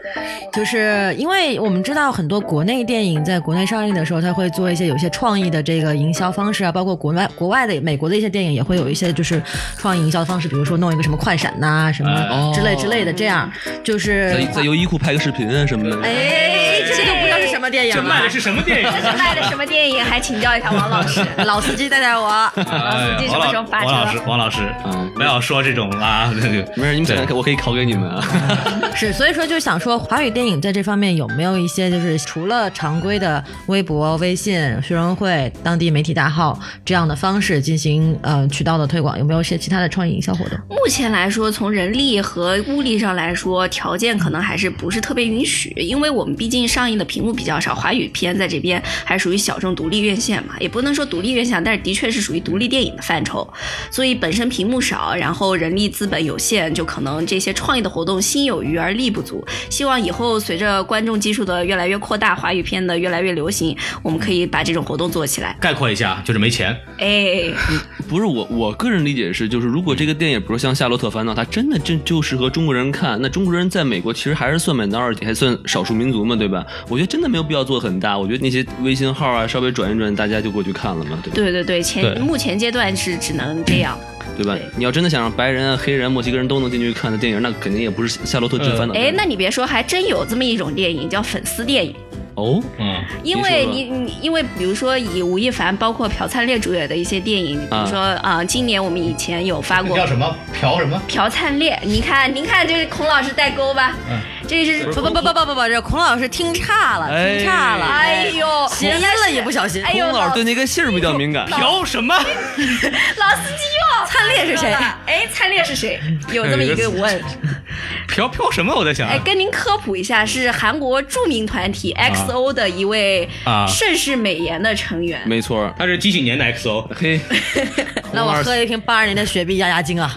就是因为我们知道很多国内电影在国内上映的时候，它会做一些有一些创意的这个营销方式啊，包括国外国外的美国的一些电影也会有一些就是创意营销的方式，比如说弄一个什么快闪呐、什
哦
么之类之类的，这样就是
哎
在在优衣库拍个视频啊什么的。
哎，这个就不知道是什么电影啊
这卖
了
的。是什么电影？
这是卖的什么电影？还请教一下王老师。
老司机带带我，
啊哎
啊老司机什么时候发
王老师
车？，
王老师，
嗯
不要说这种啊，
没事，你们想想看，我可以考给你们啊。
是，所以说就想说华语电影在这方面有没有一些就是除了常规的微博、微信、学生会、当地媒体大号这样的方式进行呃渠道的推广，有没有一些其他的创意营销活动？
目前来说，从人力和物力上来说，条件可能还是不是特别允许，因为我们毕竟上映的屏幕比较少，华语片在这边还属于小众独立院线嘛，也不能说独立院线，但是的确是属于独立电影的范畴，所以本身屏幕少，然后人力资本有限，就可能这些创意的活动心有余而力不足。希望以后随着观众基数的越来越扩大，华语片的越来越流行，我们可以把这种活动做起来。
概括一下就是没钱。
哎，
不是我，我个人理解是，就是如果这个电影，比如像《夏洛特烦恼》，它真的真就适合中国人看，那中国人在美国其实还是算 minority，还算少数民族嘛，对吧？我觉得真的没有必要做很大，我觉得那些微信号啊，稍微转一转，大家就过去看了嘛，对吧？
对对对，前
对
目前阶段是只能这样。
对吧
对？
你要真的想让白人啊、黑人、墨西哥人都能进去看的电影，那肯定也不是《夏洛特之烦恼》
哎，那你别说，还真有这么一种电影叫粉丝电影，
哦，
嗯，
因
你说
为
说
你你因为比如说以吴亦凡包括朴灿烈主演的一些电影，比
啊
如说啊、今年我们以前有发过
叫什么？嫖什么？
朴灿烈，你看您看这是孔老师代沟吧？
嗯
这是
不不不不不不不，这孔老师听差了，
哎
听差了，
哎呦，
谐音了一不小心。
哎
龚
呦，
老
老
师
司
对那个姓儿比较敏感。
嫖什么？
老司机哟，灿
烈是谁
哎，灿烈是谁？有这么一个问。
嫖嫖什么？我在想啊
哎，跟您科普一下，是韩国著名团体 XO 的一位
啊
盛世美颜的成员。
没错儿，
他是几几年的 XO？
嘿，
那我喝一瓶八二年的雪碧压压惊啊！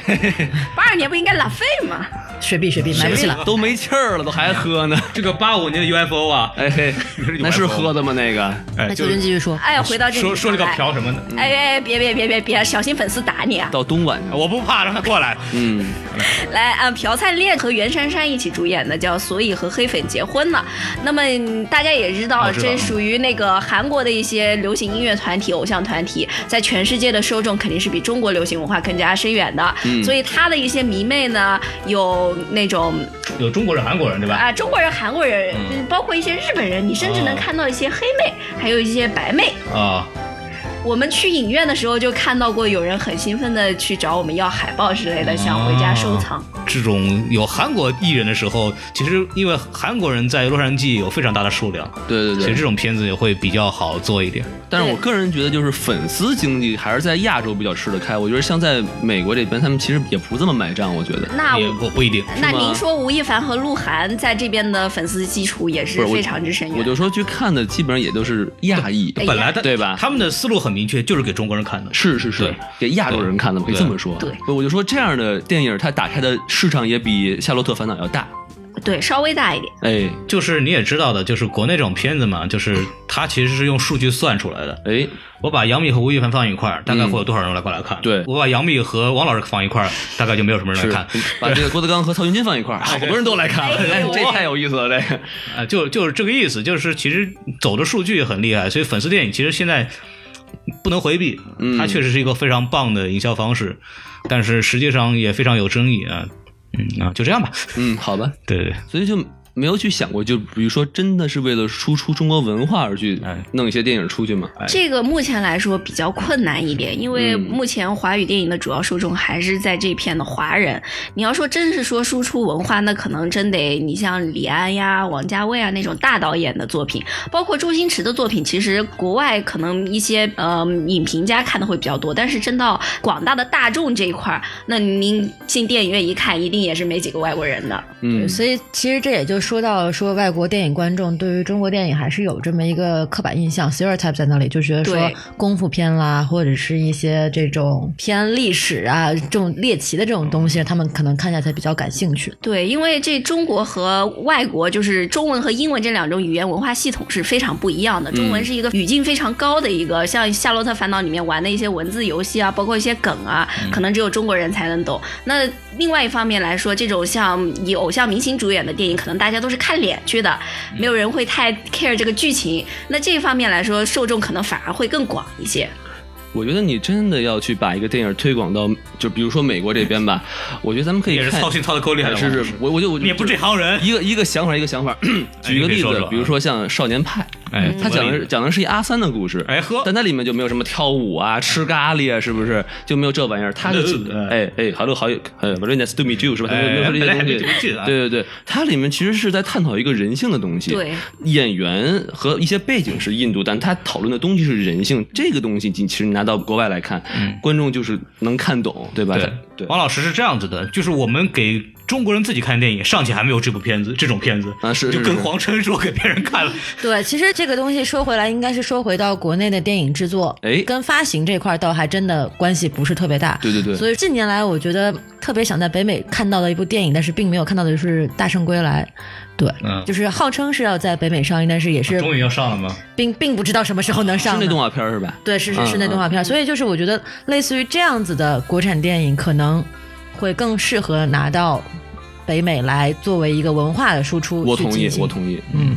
八二年不应该拉菲吗？
雪碧雪碧买不起了。
都没气儿了，都还喝呢。
这个八五年的 UFO 啊，
哎嘿，那是喝的吗？那个，
哎
那
就
球君继续说，
哎呀，回到这里
说说这个
来
嫖什么呢？
哎哎，别别别别别，小心粉丝打你啊！
到东莞去了。
我不怕，让他过来。
嗯，
来，啊，朴灿烈和袁姗姗一起主演的叫《所以和黑粉结婚了》。那么嗯大家也知道，
我啊知道
这属于那个韩国的一些流行音乐团体、偶像团体，在全世界的受众肯定是比中国流行文化更加深远的。
嗯
所以他的一些迷妹呢，有那种
有中国人、韩国人对吧？
啊，中国人、韩国人，
嗯
嗯包括一些日本人，你甚至能
哦
看到一些黑妹，还有一些白妹。
啊，
我们去影院的时候就看到过有人很兴奋的去找我们要海报之类的，想回家
哦
收藏。
这种有韩国艺人的时候，其实因为韩国人在洛杉矶有非常大的数量，
对对
其实
对
这。种片子也会比较好做一点。
但是我个人觉得，就是粉丝经济还是在亚洲比较吃得开。我觉得像在美国这边，他们其实也不这么买账。我觉得，
那
也
啊我
不不一定。
那
是吗
您说吴亦凡和鹿晗在这边的粉丝基础也
不
是
是我
非常之深
我
远。
就说去看的基本上也都是亚裔，
哎呀
本来他
对吧
他们的思路很明确，就是给中国人看的。
是是是
对，
给亚洲人看的，可以这么说。
对，
我就说这样的电影，它打开的市场也比《夏洛特烦恼》要大。
对，稍微大一点。
哎
就是你也知道的，就是国内这种片子嘛，就是它其实是用数据算出来的。
哎，
我把杨幂和吴亦凡放一块儿，大概会有多少人来过来看？
对
我把杨幂和王老师放一块儿，大概就没有什么人
是
来看。
把这个郭德纲和曹云金放一 块儿，好多人都来看了，
哎
这这太有意思了，这个
啊，就就是这个意思，就是其实走的数据很厉害，所以粉丝电影其实现在不能回避，
嗯
它确实是一个非常棒的营销方式，但是实际上也非常有争议啊。嗯啊，就这样吧。
嗯，好吧，
对对，
所以就没有去想过，就比如说真的是为了输出中国文化而去
哎
弄一些电影出去嘛？
这个目前来说比较困难一点，因为
哎嗯
目前华语电影的主要受众还是在这片的华人。你要说真是说输出文化，那可能真得你像李安呀、王家卫啊那种大导演的作品，包括周星驰的作品，其实国外可能一些呃影评家看的会比较多，但是真到广大的大众这一块儿，那您进电影院一看，一定也是没几个外国人的。
嗯，
所以其实这也就说到说外国电影观众对于中国电影还是有这么一个刻板印象 stereotype 在那里，就觉得说
对
功夫片啦，或者是一些这种偏历史啊、这种猎奇的这种东西，他们可能看起来才比较感兴趣。
对，因为这中国和外国就是中文和英文这两种语言文化系统是非常不一样的。中文是一个语境非常高的一个，像《夏洛特烦恼》里面玩的一些文字游戏啊，包括一些梗啊，可能只有中国人才能懂。那另外一方面来说，这种像以偶像明星主演的电影，可能大家都是看脸去的，没有人会太 care 这个剧情。那这方面来说，受众可能反而会更广一些。
我觉得你真的要去把一个电影推广到，就比如说美国这边吧，我觉得咱们可以
也是
看
操心操的够厉害的，
是是
王老师，
我我就我就
你也不是这行人。哎
一个一个想法一个 想法。举一个
你可以
例
说
子
说，
比如说像《少年派》，
哎，
它讲
我
的是讲的是一阿三的故事，
哎呵
但它里面就没有什么跳舞啊、吃咖喱啊，是不是就没有这玩意儿？它就
呃
哎哎，Hello，好，呃，Very nice to meet you，是吧？它没有没有说这些
哎
东
哎哎
西
哎哎，
对对对，它里面其实是在探讨一个人性的东西。
对，
演员和一些背景是印度，但他讨论的东西是人性，这个东西你其实拿到国外来看，观众就是能看懂，对吧？
嗯啊对
对，
王老师是这样子的，就是我们给中国人自己看电影，上去还没有这部片子这种片子
啊是是
就跟
是
黄琛说给别人看了，
对，其实这个东西说回来，应该是说回到国内的电影制作，
哎
跟发行这块儿倒还真的关系不是特别大。
对对对
所以近年来，我觉得特别想在北美看到的一部电影，但是并没有看到的就是《大圣归来》。对，
嗯
就是号称是要在北美上映，但是也是
终于要上了吗？
并并不知道什么时候能
是
上
那
呢。
动画片儿是吧？
对，是是
嗯
室内动画片儿，所以就是我觉得类似于这样子的国产电影，可能会更适合拿到北美来作为一个文化的输出。
我同意，我同意。嗯，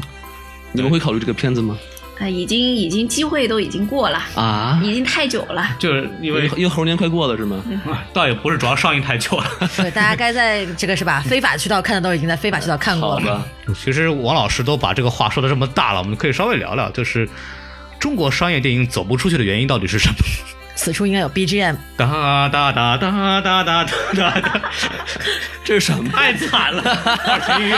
你们会考虑这个片子吗？
啊，已经已经机会都已经过了，
啊，
已经太久了。
就是因
因为
为
因为猴年快过了是
嗯
吗？
倒也不是，主要上映太 久了。
意。对，大家该在这个 是吧？非法渠道看的都已经在非法渠道看过
好
了。
吧，
其实王老师都把这个话说的这么大了，我们可以稍微聊聊，就是中国商业电影走不出去的原因到底是什么？
此处应该有 BGM，
哒哒哒哒哒哒哒哒，
这是什么？
太惨了！二胡音乐，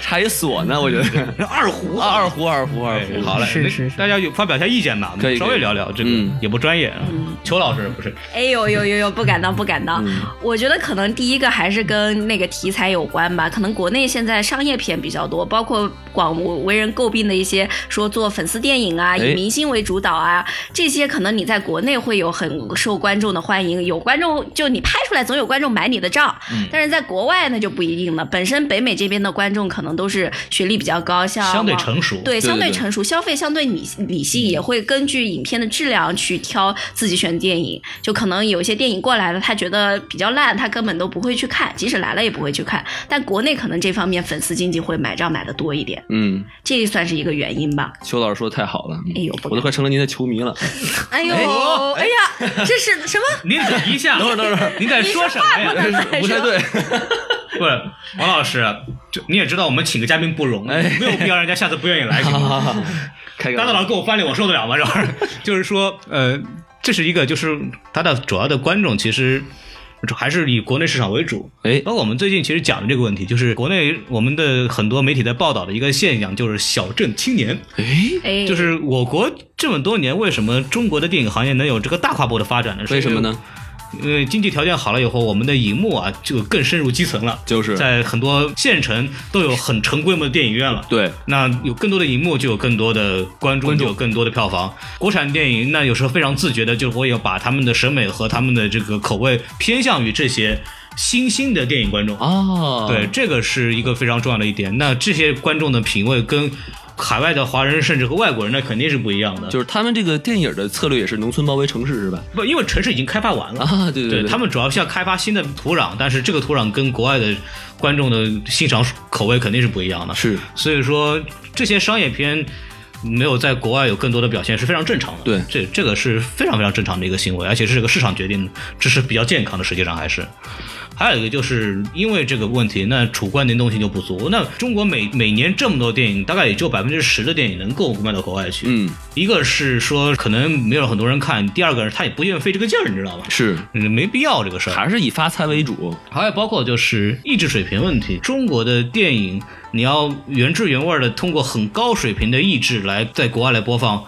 查一锁呢？我觉得
二胡
啊， 二胡，二胡，二胡。
嗯好嘞，
是是
那大家有发表一下意见吧，我
可
们
以可以
稍微聊聊这个
嗯，
也不专业啊。邱老师不是，
哎呦呦呦呦，不敢当不敢当！
嗯
我觉得可能第一个还是跟那个题材有关吧，可能国内现在商业片比较多，包括广为人诟病的一些说做粉丝电影啊，
哎
以明星为主导啊，这些可能你在国内会有很受观众的欢迎，有观众就你拍出来总有观众买你的账，
嗯
但是在国外那就不一定了。本身北美这边的观众可能都是学历比较高，像
相对
网
成熟
对，相
对
对
对
成熟，消费相对理理性，也会根据影片的质量去挑自己选电影。就可能有一些电影过来了，他觉得比较烂，他根本都不会去看，即使来了也不会去看。但国内可能这方面粉丝经济会买账买的多一点，
嗯，
这算是一个原因吧。
邱老师说的太好了，嗯
哎呦不敢
我都快成了您的球迷了。
哎呦，哎呀，这是什么？
您等一下，等会儿等会儿，您在说什么呀？
不太对，
不是，王老师，就你也知道我们请个嘉宾不容易，没有必要让人家下次不愿意来。行吗
啊开个
大大老师
玩笑
跟我翻脸，我受得了吗？这玩意儿 就是说，呃，这是一个，就是它的主要的观众其实还是以国内市场为主。
哎
包括我们最近其实讲的这个问题，就是国内我们的很多媒体在报道的一个现象，就是小镇青年。
哎，
哎，
就是我国这么多年，为什么中国的电影行业能有这个大跨步的发展呢？
为什么呢？
因为呃经济条件好了以后，我们的荧幕啊就更深入基层了，
就是
在很多县城都有很成规模的电影院了。
对，
那有更多的荧幕，就有更多的观众，就有更多的票房。国产电影那有时候非常自觉的，就会要把他们的审美和他们的这个口味偏向于这些新兴的电影观众。
哦，
对，，这个是一个非常重要的一点。那这些观众的品味跟海外的华人甚至和外国人那肯定是不一样的。
就是他们这个电影的策略也是农村包围城市是吧？
不，因为城市已经开发完了
啊对对对
对
对
他们主要是要开发新的土壤，但是这个土壤跟国外的观众的欣赏口味肯定是不一样的。
是，
所以说这些商业片没有在国外有更多的表现是非常正常的。
对
这这个是非常非常正常的一个行为，而且是这个市场决定的，这是比较健康的，实际上还是。还有一个就是因为这个问题，那主观能动性就不足。那中国每每年这么多电影，大概也就百分之十的电影能够卖到国外去。
嗯，
一个是说可能没有很多人看，第二个是他也不愿意费这个劲儿，你知道吧？
是，
嗯没必要这个事儿。
还是以发财为主。
还有包括就是意志水平问题，中国的电影你要原汁原味的通过很高水平的意志来在国外来播放，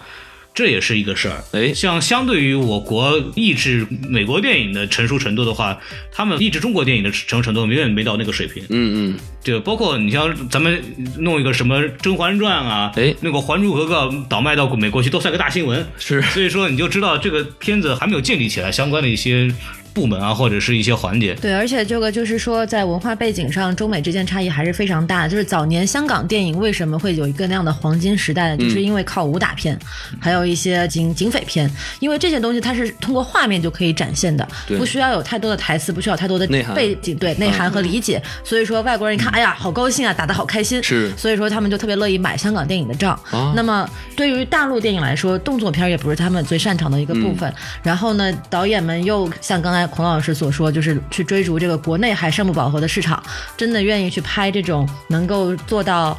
这也是一个事儿。
哎
像相对于我国意志美国电影的成熟程度的话，他们意志中国电影的成熟程度远远没到那个水平。
嗯嗯，
对，包括你像咱们弄一个什么《甄嬛传》啊，
哎
那个《还珠格格》倒卖到美国去都算个大新闻，
是
所以说你就知道这个片子还没有建立起来相关的一些部门啊，或者是一些环节。
对，而且这个就是说，在文化背景上，中美之间差异还是非常大的。就是早年香港电影为什么会有一个那样的黄金时代呢？
嗯
就是因为靠武打片，还有一些警警匪片，因为这些东西它是通过画面就可以展现的，
对
不需要有太多的台词，不需要有太多的
内涵
背景，对内涵和
嗯
理解。所以说，外国人一看，哎呀，好高兴啊，打得好开心，
是
所以说他们就特别乐意买香港电影的账。
啊
那么对于大陆电影来说，动作片儿也不是他们最擅长的一个
嗯
部分。然后呢，导演们又像刚才孔老师所说，就是去追逐这个国内还剩不饱和的市场，真的愿意去拍这种能够做到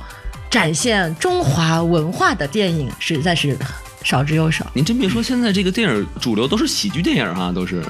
展现中华文化的电影，实在是少之又少。
您真别说，现在这个电影主流都是喜剧电影哈，都是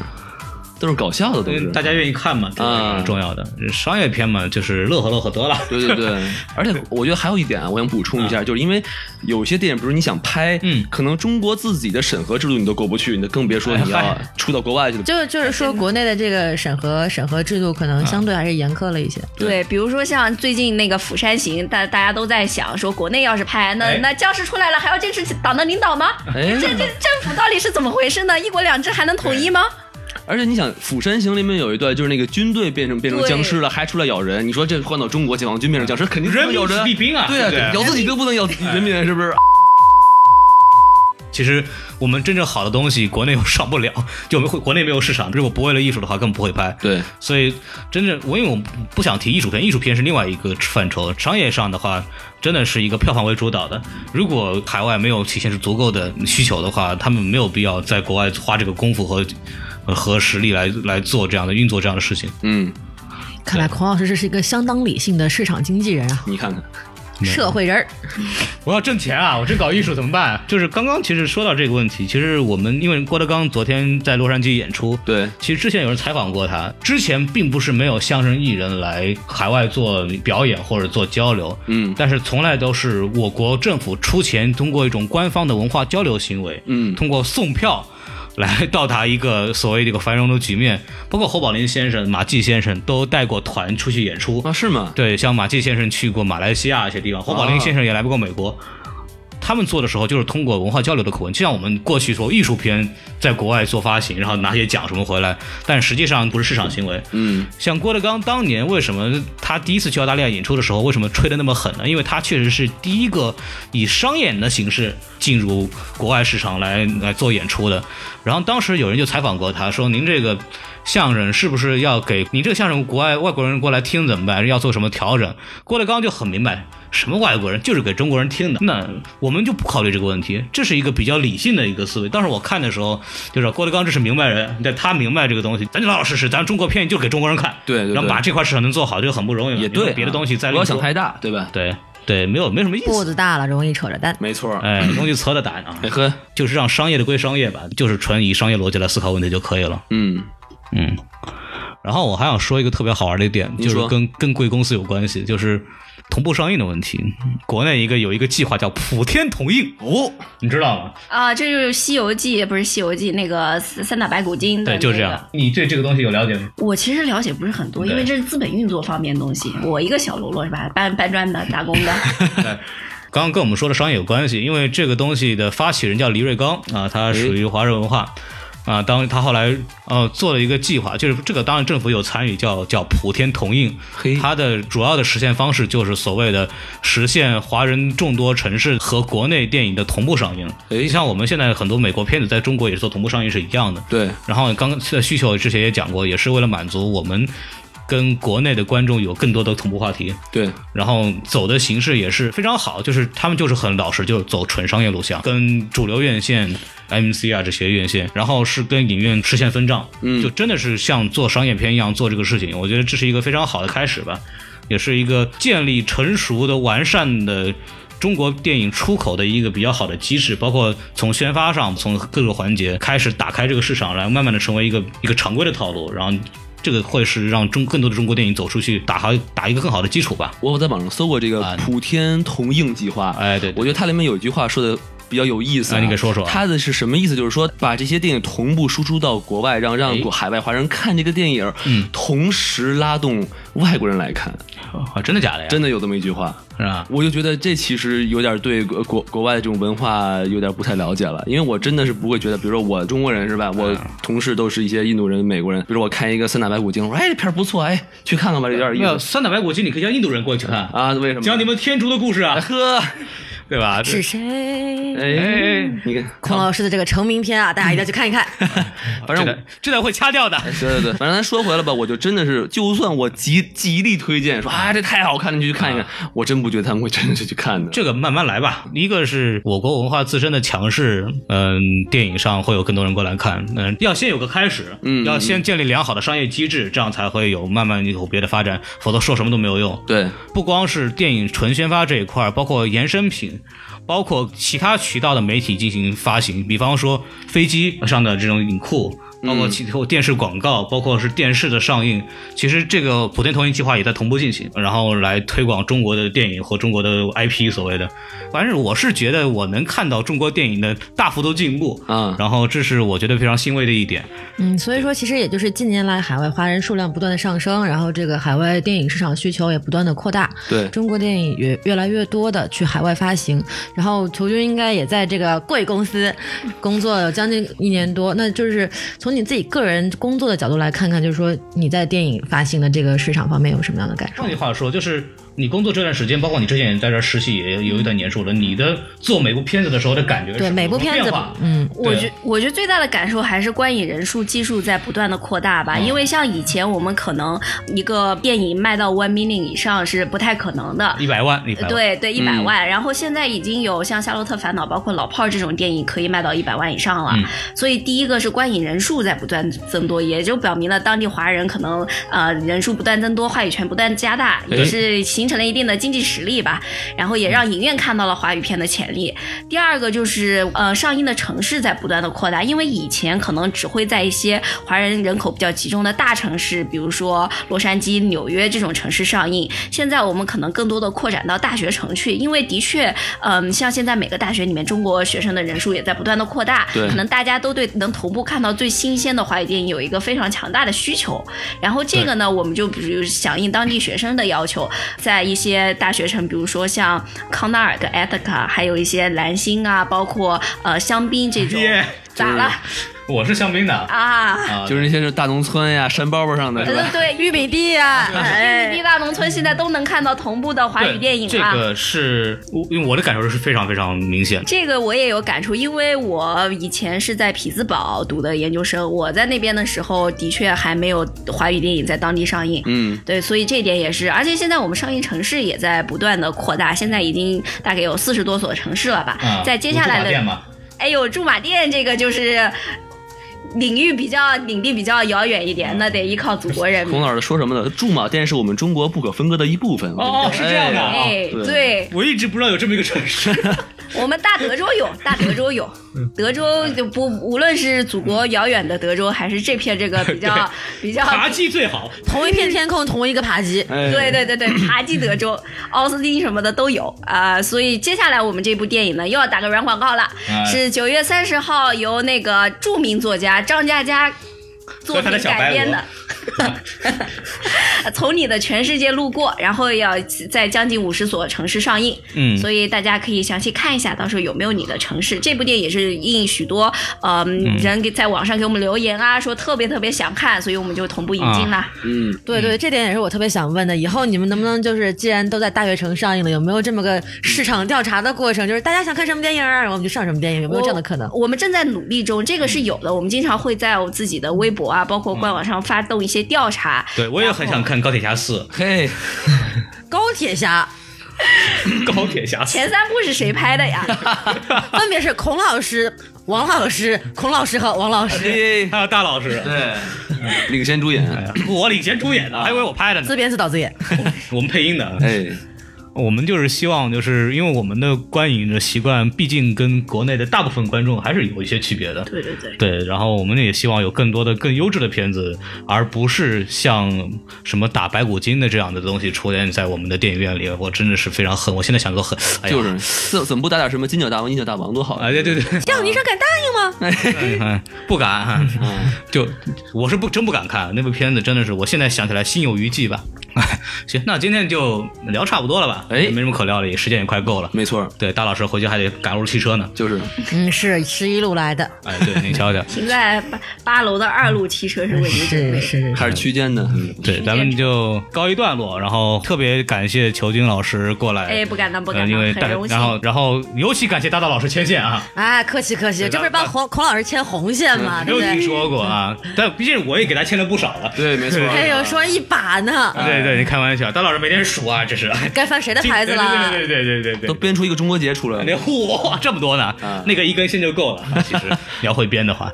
都是搞笑的，都
因
是啊
为大家愿意看嘛，这个是重要的。商业片嘛，就是乐呵乐呵得了。
对对对，而且我觉得还有一点啊，我想补充一下，就是因为有些电影，比如你想拍，
嗯
可能中国自己的审核制度你都过不去，你更别说你
哎
要
嗨
出到国外去了。
就就是
嗯
说，国内的这个审核审核制度可
啊
能相对还是严苛了一些。
对
对，比如说像最近那个《釜山行》，大大家都在想说，国内要是拍，那、
哎
那教师出来了还要坚持党的领导吗？
哎
这这政府到底是怎么回事呢？一国两制还能统一吗？
而且你想，《釜山行》里面有一段就是那个军队变成变成
对
僵尸了，还出来咬人。你说这换到中国，解放军变成僵尸，肯定是
人
会咬
民
人。
必兵啊
对啊，
对哎
咬自己都不能咬人民，是不是？
其实我们真正好的东西，国内又上不了，就没会国内没有市场。如果不为了艺术的话，根本不会拍。
对，
所以真正我因为我不想提艺术片，艺术片是另外一个范畴。商业上的话，真的是一个票房为主导的。如果海外没有体现出足够的需求的话，他们没有必要在国外花这个功夫和和实力来来做这样的运作这样的事情。
嗯，
看来孔老师这是一个相当理性的市场经纪人啊，
你看看，
社会人儿。
我要挣钱啊！我真搞艺术怎么办、啊就是刚刚其实说到这个问题，其实我们因为郭德纲昨天在洛杉矶演出，
对，
其实之前有人采访过他，之前并不是没有相声艺人来海外做表演或者做交流，
嗯
但是从来都是我国政府出钱，通过一种官方的文化交流行为，
嗯
通过送票。来到达一个所谓这个繁荣的局面，包括侯宝林先生、马季先生都带过团出去演出，
啊，是吗？
对，像马季先生去过马来西亚一些地方，侯宝林先生也来不过美国。他们做的时候就是通过文化交流的口吻，就像我们过去说艺术片在国外做发行，然后拿些奖什么回来，但实际上不是市场行为。
嗯，
像郭德纲当年为什么他第一次去澳大利亚演出的时候，为什么吹得那么狠呢？因为他确实是第一个以商演的形式进入国外市场来来做演出的。然后当时有人就采访过他说：“您这个相声是不是要给您这个相声国外外国人过来听怎么办？要做什么调整？”郭德纲就很明白，什么外国人就是给中国人听的。那我们就不考虑这个问题，这是一个比较理性的一个思维。当时我看的时候，就是郭德纲这是明白人，但他明白这个东西，咱就老老实实，咱中国片就给中国人看。
对对对
然后把这块市场能做好，就很不容易了。
也
哎你有
对啊，
别的东西再
不要想
另说
太大，对吧？
对对，没有没什么意
步
思。
子大了，容易扯着蛋。
没错。
哎，东西扯的胆啊
哎，呵，
就是让商业的归商业吧，就是纯以商业逻辑来思考问题就可以了。
嗯，
嗯，然后我还想说一个特别好玩的一点，
您
就
说
是跟跟贵公司有关系，就是同步上映的问题。国内一个有一个计划叫普天同映哦，你知道吗？
啊，这就是《西游记》，不是《西游记》那个三三打白骨精的、
对，
那个。
就这样。你对这个东西有了解吗？
我其实了解不是很多，因为
对
这是资本运作方面的东西。我一个小喽啰是吧，搬搬砖的，打工的。
刚刚跟我们说的商业有关系，因为这个东西的发起人叫黎瑞刚啊，他属于华润文化。啊、当他后来呃做了一个计划，就是这个当然政府有参与，叫叫普天同映
嘿。
它的主要的实现方式就是所谓的实现华人众多城市和国内电影的同步上映。
哎
像我们现在很多美国片子在中国也是做同步上映是一样的。
对，
然后刚刚现在需求之前也讲过，也是为了满足我们跟国内的观众有更多的同步话题。
对，
然后走的形式也是非常好，就是他们就是很老实，就是走纯商业路线，跟主流院线、MC 啊这些院线，然后是跟影院实现分账，嗯，就真的是像做商业片一样做这个事情。我觉得这是一个非常好的开始吧，也是一个建立成熟的、完善的。中国电影出口的一个比较好的机制，包括从宣发上，从各个环节开始打开这个市场，然后慢慢的成为一个一个常规的套路，然后这个会是让中更多的中国电影走出去，打好打一个更好的基础吧。
我在网上搜过这个
啊
普天同映计划，
哎对对
我觉得它里面有一句话说的。比较有意思、
哎你给说说啊
它的是什么意思？就是说把这些电影同步输出到国外，让让
哎
海外华人看这个电影，
嗯
同时拉动外国人来看，
啊，真的假的呀？
真的有这么一句话。
是吧？
我就觉得这其实有点对国国国外的这种文化有点不太了解了，因为我真的是不会觉得，比如说我中国人
哎
是吧？我同事都是一些印度人、美国人，比如说我看一个《三打白骨精》，我说哎这片儿不错，哎去看看吧，这有点
没有
意
《
思
三打白骨精》，你可以让印度人过去看，
啊。为什么？
讲你们天竺的故事啊，
呵，
对吧？
是谁？
哎，你看，
孔老师的这个成名篇啊，大家一定要去看 一看。
反正
这段这段会掐掉的。
哎对对对，反正咱说回来吧，我就真的是，就算我极极力推荐说啊这太好看了，你去看一看，我真不觉得他们会真的是去看的。
啊这个慢慢来吧。一个是我国文化自身的强势，嗯，电影上会有更多人过来看。嗯，要先有个开始，
嗯
要先建立良好的商业机制，这样才会有慢慢有别的发展，否则说什么都没有用。
对，
不光是电影纯宣发这一块儿，包括衍生品，包括其他渠道的媒体进行发行，比方说飞机上的这种影库。包括其后电视广告，包括是电视的上映，其实这个普天同映计划也在同步进行，然后来推广中国的电影和中国的 IP 所谓的。反正我是觉得我能看到中国电影的大幅度进步，
嗯
然后这是我觉得非常欣慰的一点。
嗯，所以说其实也就是近年来海外华人数量不断的上升，然后这个海外电影市场需求也不断的扩大，
对
中国电影也越来越多的去海外发行，然后球君应该也在这个贵公司工作有将近一年多，那就是从你自己个人工作的角度来看看，就是说你在电影发行的这个市场方面有什么样的感受？
换句话说，就是你工作这段时间，包括你之前也在这儿实习，也有一段年数了。你的做每部片子的时候的感觉是
对每部
有什么
片子
变化，
嗯，
我
对
觉我觉得最大的感受还是观影人数基数在不断的扩大
嗯
吧，因为像以前我们可能一个电影卖到 one million 以上是不太可能的。
一百万，一百万，嗯
对对，一百万、然后现在已经有像《夏洛特烦恼》包括《老炮儿》这种电影可以卖到一百万以上了、
嗯
所以第一个是观影人数在不断增多，也就表明了当地华人可能呃人数不断增多，话语权不断加大，也是形成了一定的经济实力吧。然后也让影院看到了华语片的潜力。第二个就是呃，上映的城市在不断的扩大，因为以前可能只会在一些华人人口比较集中的大城市，比如说洛杉矶、纽约这种城市上映。现在我们可能更多的扩展到大学城去，因为的确，嗯、像现在每个大学里面中国学生的人数也在不断的扩大，
对
可能大家都对能同步看到最新鲜的华语电影有一个非常强大的需求。然后这个呢，我们就比如响应当地学生的要求，在一些大学城，比如说像康奈尔跟艾特卡，还有一些蓝星啊，包括呃香槟这种。
耶
咋了
我是香槟的啊
啊？
就是那些是大农村呀、山包包上的，是
对
吧？
对对，
玉米地啊，
玉米
哎
地，大农村现在都能看到同步的华语
对
电影
这
啊。
个是我因为我的感受是非常非常明显的。
这个我也有感触，因为我以前是在匹兹堡读的研究生，我在那边的时候的确还没有华语电影在当地上映。
嗯，
对，所以这一点也是，而且现在我们上映城市也在不断的扩大，现在已经大概有四十多所城市了吧。
啊
在接下来
有驻马
的
店嘛，
哎呦，驻马店这个就是领域比较领地比较遥远一点，那得依靠祖国人
孔
民。
老师说什么呢？驻马店是我们中国不可分割的一部分。
哦是这样的啊
哎，对
我一直不知道有 这么一个城市。
我们大德州有，大德州有，德州就不无论是祖国遥远的德州，还是这片这个比较比较
茶几最 好，
同一片天空，同一个扒鸡。
哎
对，对对对，塔吉德州、奥斯汀什么的都有啊、所以接下来我们这部电影呢，又要打个软广告了，
哎
是九月三十号由那个著名作家张嘉佳。作品改编的。 从你的全世界路过，然后要在将近五十所城市上映，
嗯
所以大家可以详细看一下，到时候有没有你的城市。这部电影也是应许多呃、人给在网上给我们留言啊，说特别特别想看，所以我们就同步引进啦。
嗯，
对对，这点也是我特别想问的。以后你们能不能就是，既然都在大学城上映了，有没有这么个市场调查的过程？就是大家想看什么电影儿，我们就上什么电影，有没有这样的可能？
哦
嗯
我？我们正在努力中，这个是有的。我们经常会在我自己的微博啊，包括官网上发动一些调查。
对我也很想看《高铁侠四》，
嘿，
高铁侠
《高铁侠四》
前三部是谁拍的 呀？
分别是孔老师、王老师、孔老师和王老师
嘿，
还有啊大老师，
对，领衔主演，
我领衔主演的，还以为我拍的呢
自，编自导自演。
我们配音 的。
哎，
我们就是希望，就是因为我们的观影的习惯，毕竟跟国内的大部分观众还是有一些区别的。
对对对。
对，然后我们也希望有更多的更优质的片子，而不是像什么打白骨精的这样的东西出现在我们的电影院里。我真的是非常恨，我现在想都恨。哎呀、
就是怎怎么不打点什么金角大王、银角大王多好啊
哎，！对对对，
这样你生敢答应吗？
哎不敢，嗯就我是不真不敢看那部片子，真的是我现在想起来心有余悸吧。哎，行，那今天就聊差不多了吧？
哎
也没什么可聊的，也时间也快够了。
没错，
对，大老师回去还得赶路汽车呢。
就是
嗯，是十一路来的，
哎，对，你 瞧瞧，
停在八八楼的二路汽车是为你准备
是
的。
是。
还是区间的，
对，咱们就告一段落，然后特别感谢裘军老师过来，
哎不敢当不敢
呃
当
因为
很
大
荣幸
然后然后尤其感谢大大老师牵线啊，
哎，客气客气，这不是帮孔孔老师牵红线
嗯
吗？
没
对
有
不
听
对？
说过啊，但毕竟我也给他牵了不少了。
对，没错，
哎呦，说一把呢，
啊
对对，你开玩笑，大老师每天数啊，这是
该翻谁的牌子 了？
对对对对对对。
都编出一个中国结出来了
那。哇，这么多呢
啊，
那个一根线就够了。 其实你要会编的话，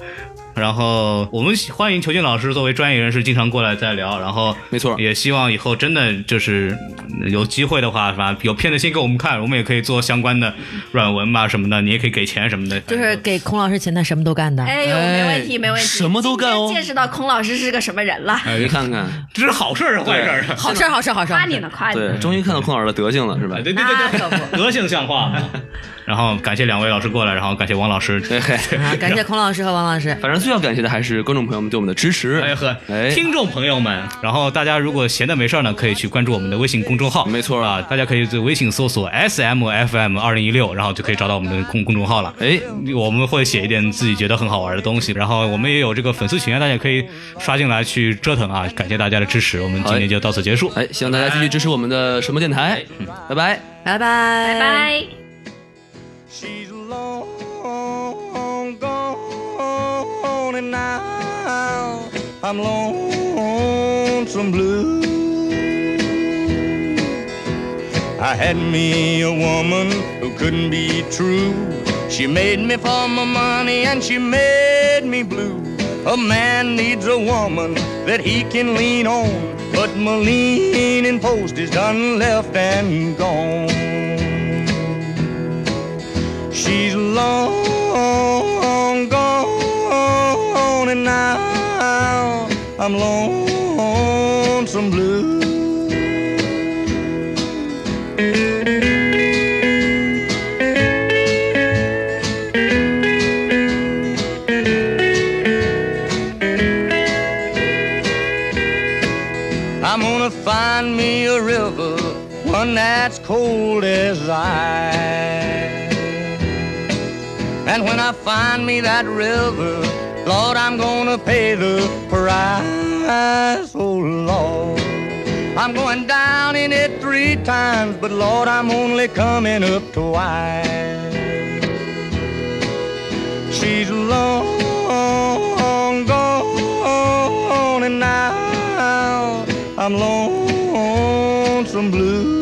然后我们欢迎裘军老师作为专业人士经常过来再聊，然后
没错
也希望以后真的就是嗯有机会的话，是吧？有片子先给我们看，我们也可以做相关的软文吧什么的，你也可以给钱什么的，
就是给孔老师钱，他什么都干的。
哎呦，没问题，
哎
没问题，
什么都干哦
今天见识到孔老师是个什么人
嗯
了，
你看看，
这是好事儿还是坏事儿啊？
好事儿，好事儿，好事儿。
夸你呢， 夸你呢。
对，终于看到孔老师的德行了，是吧
哎？对对对
那 可
对，德性像 话吗？然后感谢两位老师过来，然后感谢王老师。
嘿嘿，
啊！感谢孔老师和王老师。
反正最要感谢的还是观众朋友们对我们的支持。
哎呵，
哎，
听众朋友们，然后大家如果闲的没事儿呢，可以去关注我们的微信公众号，
没错
啊，大家可以在微信搜索 S M F M 二零一六，然后就可以找到我们的公公众号了。
哎，
我们会写一点自己觉得很好玩的东西，然后我们也有这个粉丝群啊，大家可以刷进来去折腾啊！感谢大家的支持，我们今天就到此结束。
哎，希望大家继续支持我们的什么电
哎
台，
嗯
拜拜。
拜拜，
拜。拜。
She's long gone, and now I'm lonesome blue. I had me a woman who couldn't be true. She made me for my money and she made me blue. A man needs a woman that he can lean on, but my leaning post is done left and gone. She's long gone, and now I'm lonesome blue. I'm gonna find me a river, one that's cold as ice. And when I find me that river, Lord, I'm gonna pay the price, oh Lord. I'm going down in it three times, but Lord, I'm only coming up twice. She's long gone, and now I'm lonesome blue.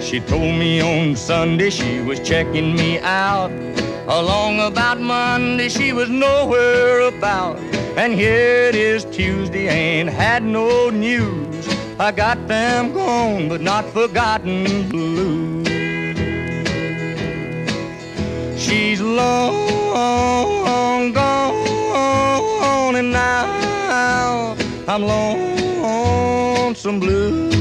She told me on Sunday she was checking me out. Along about Monday she was nowhere about. And here it is Tuesday, ain't had no news. I got them gone, but not forgotten blue. She's long gone, and now I'm lonesome blue.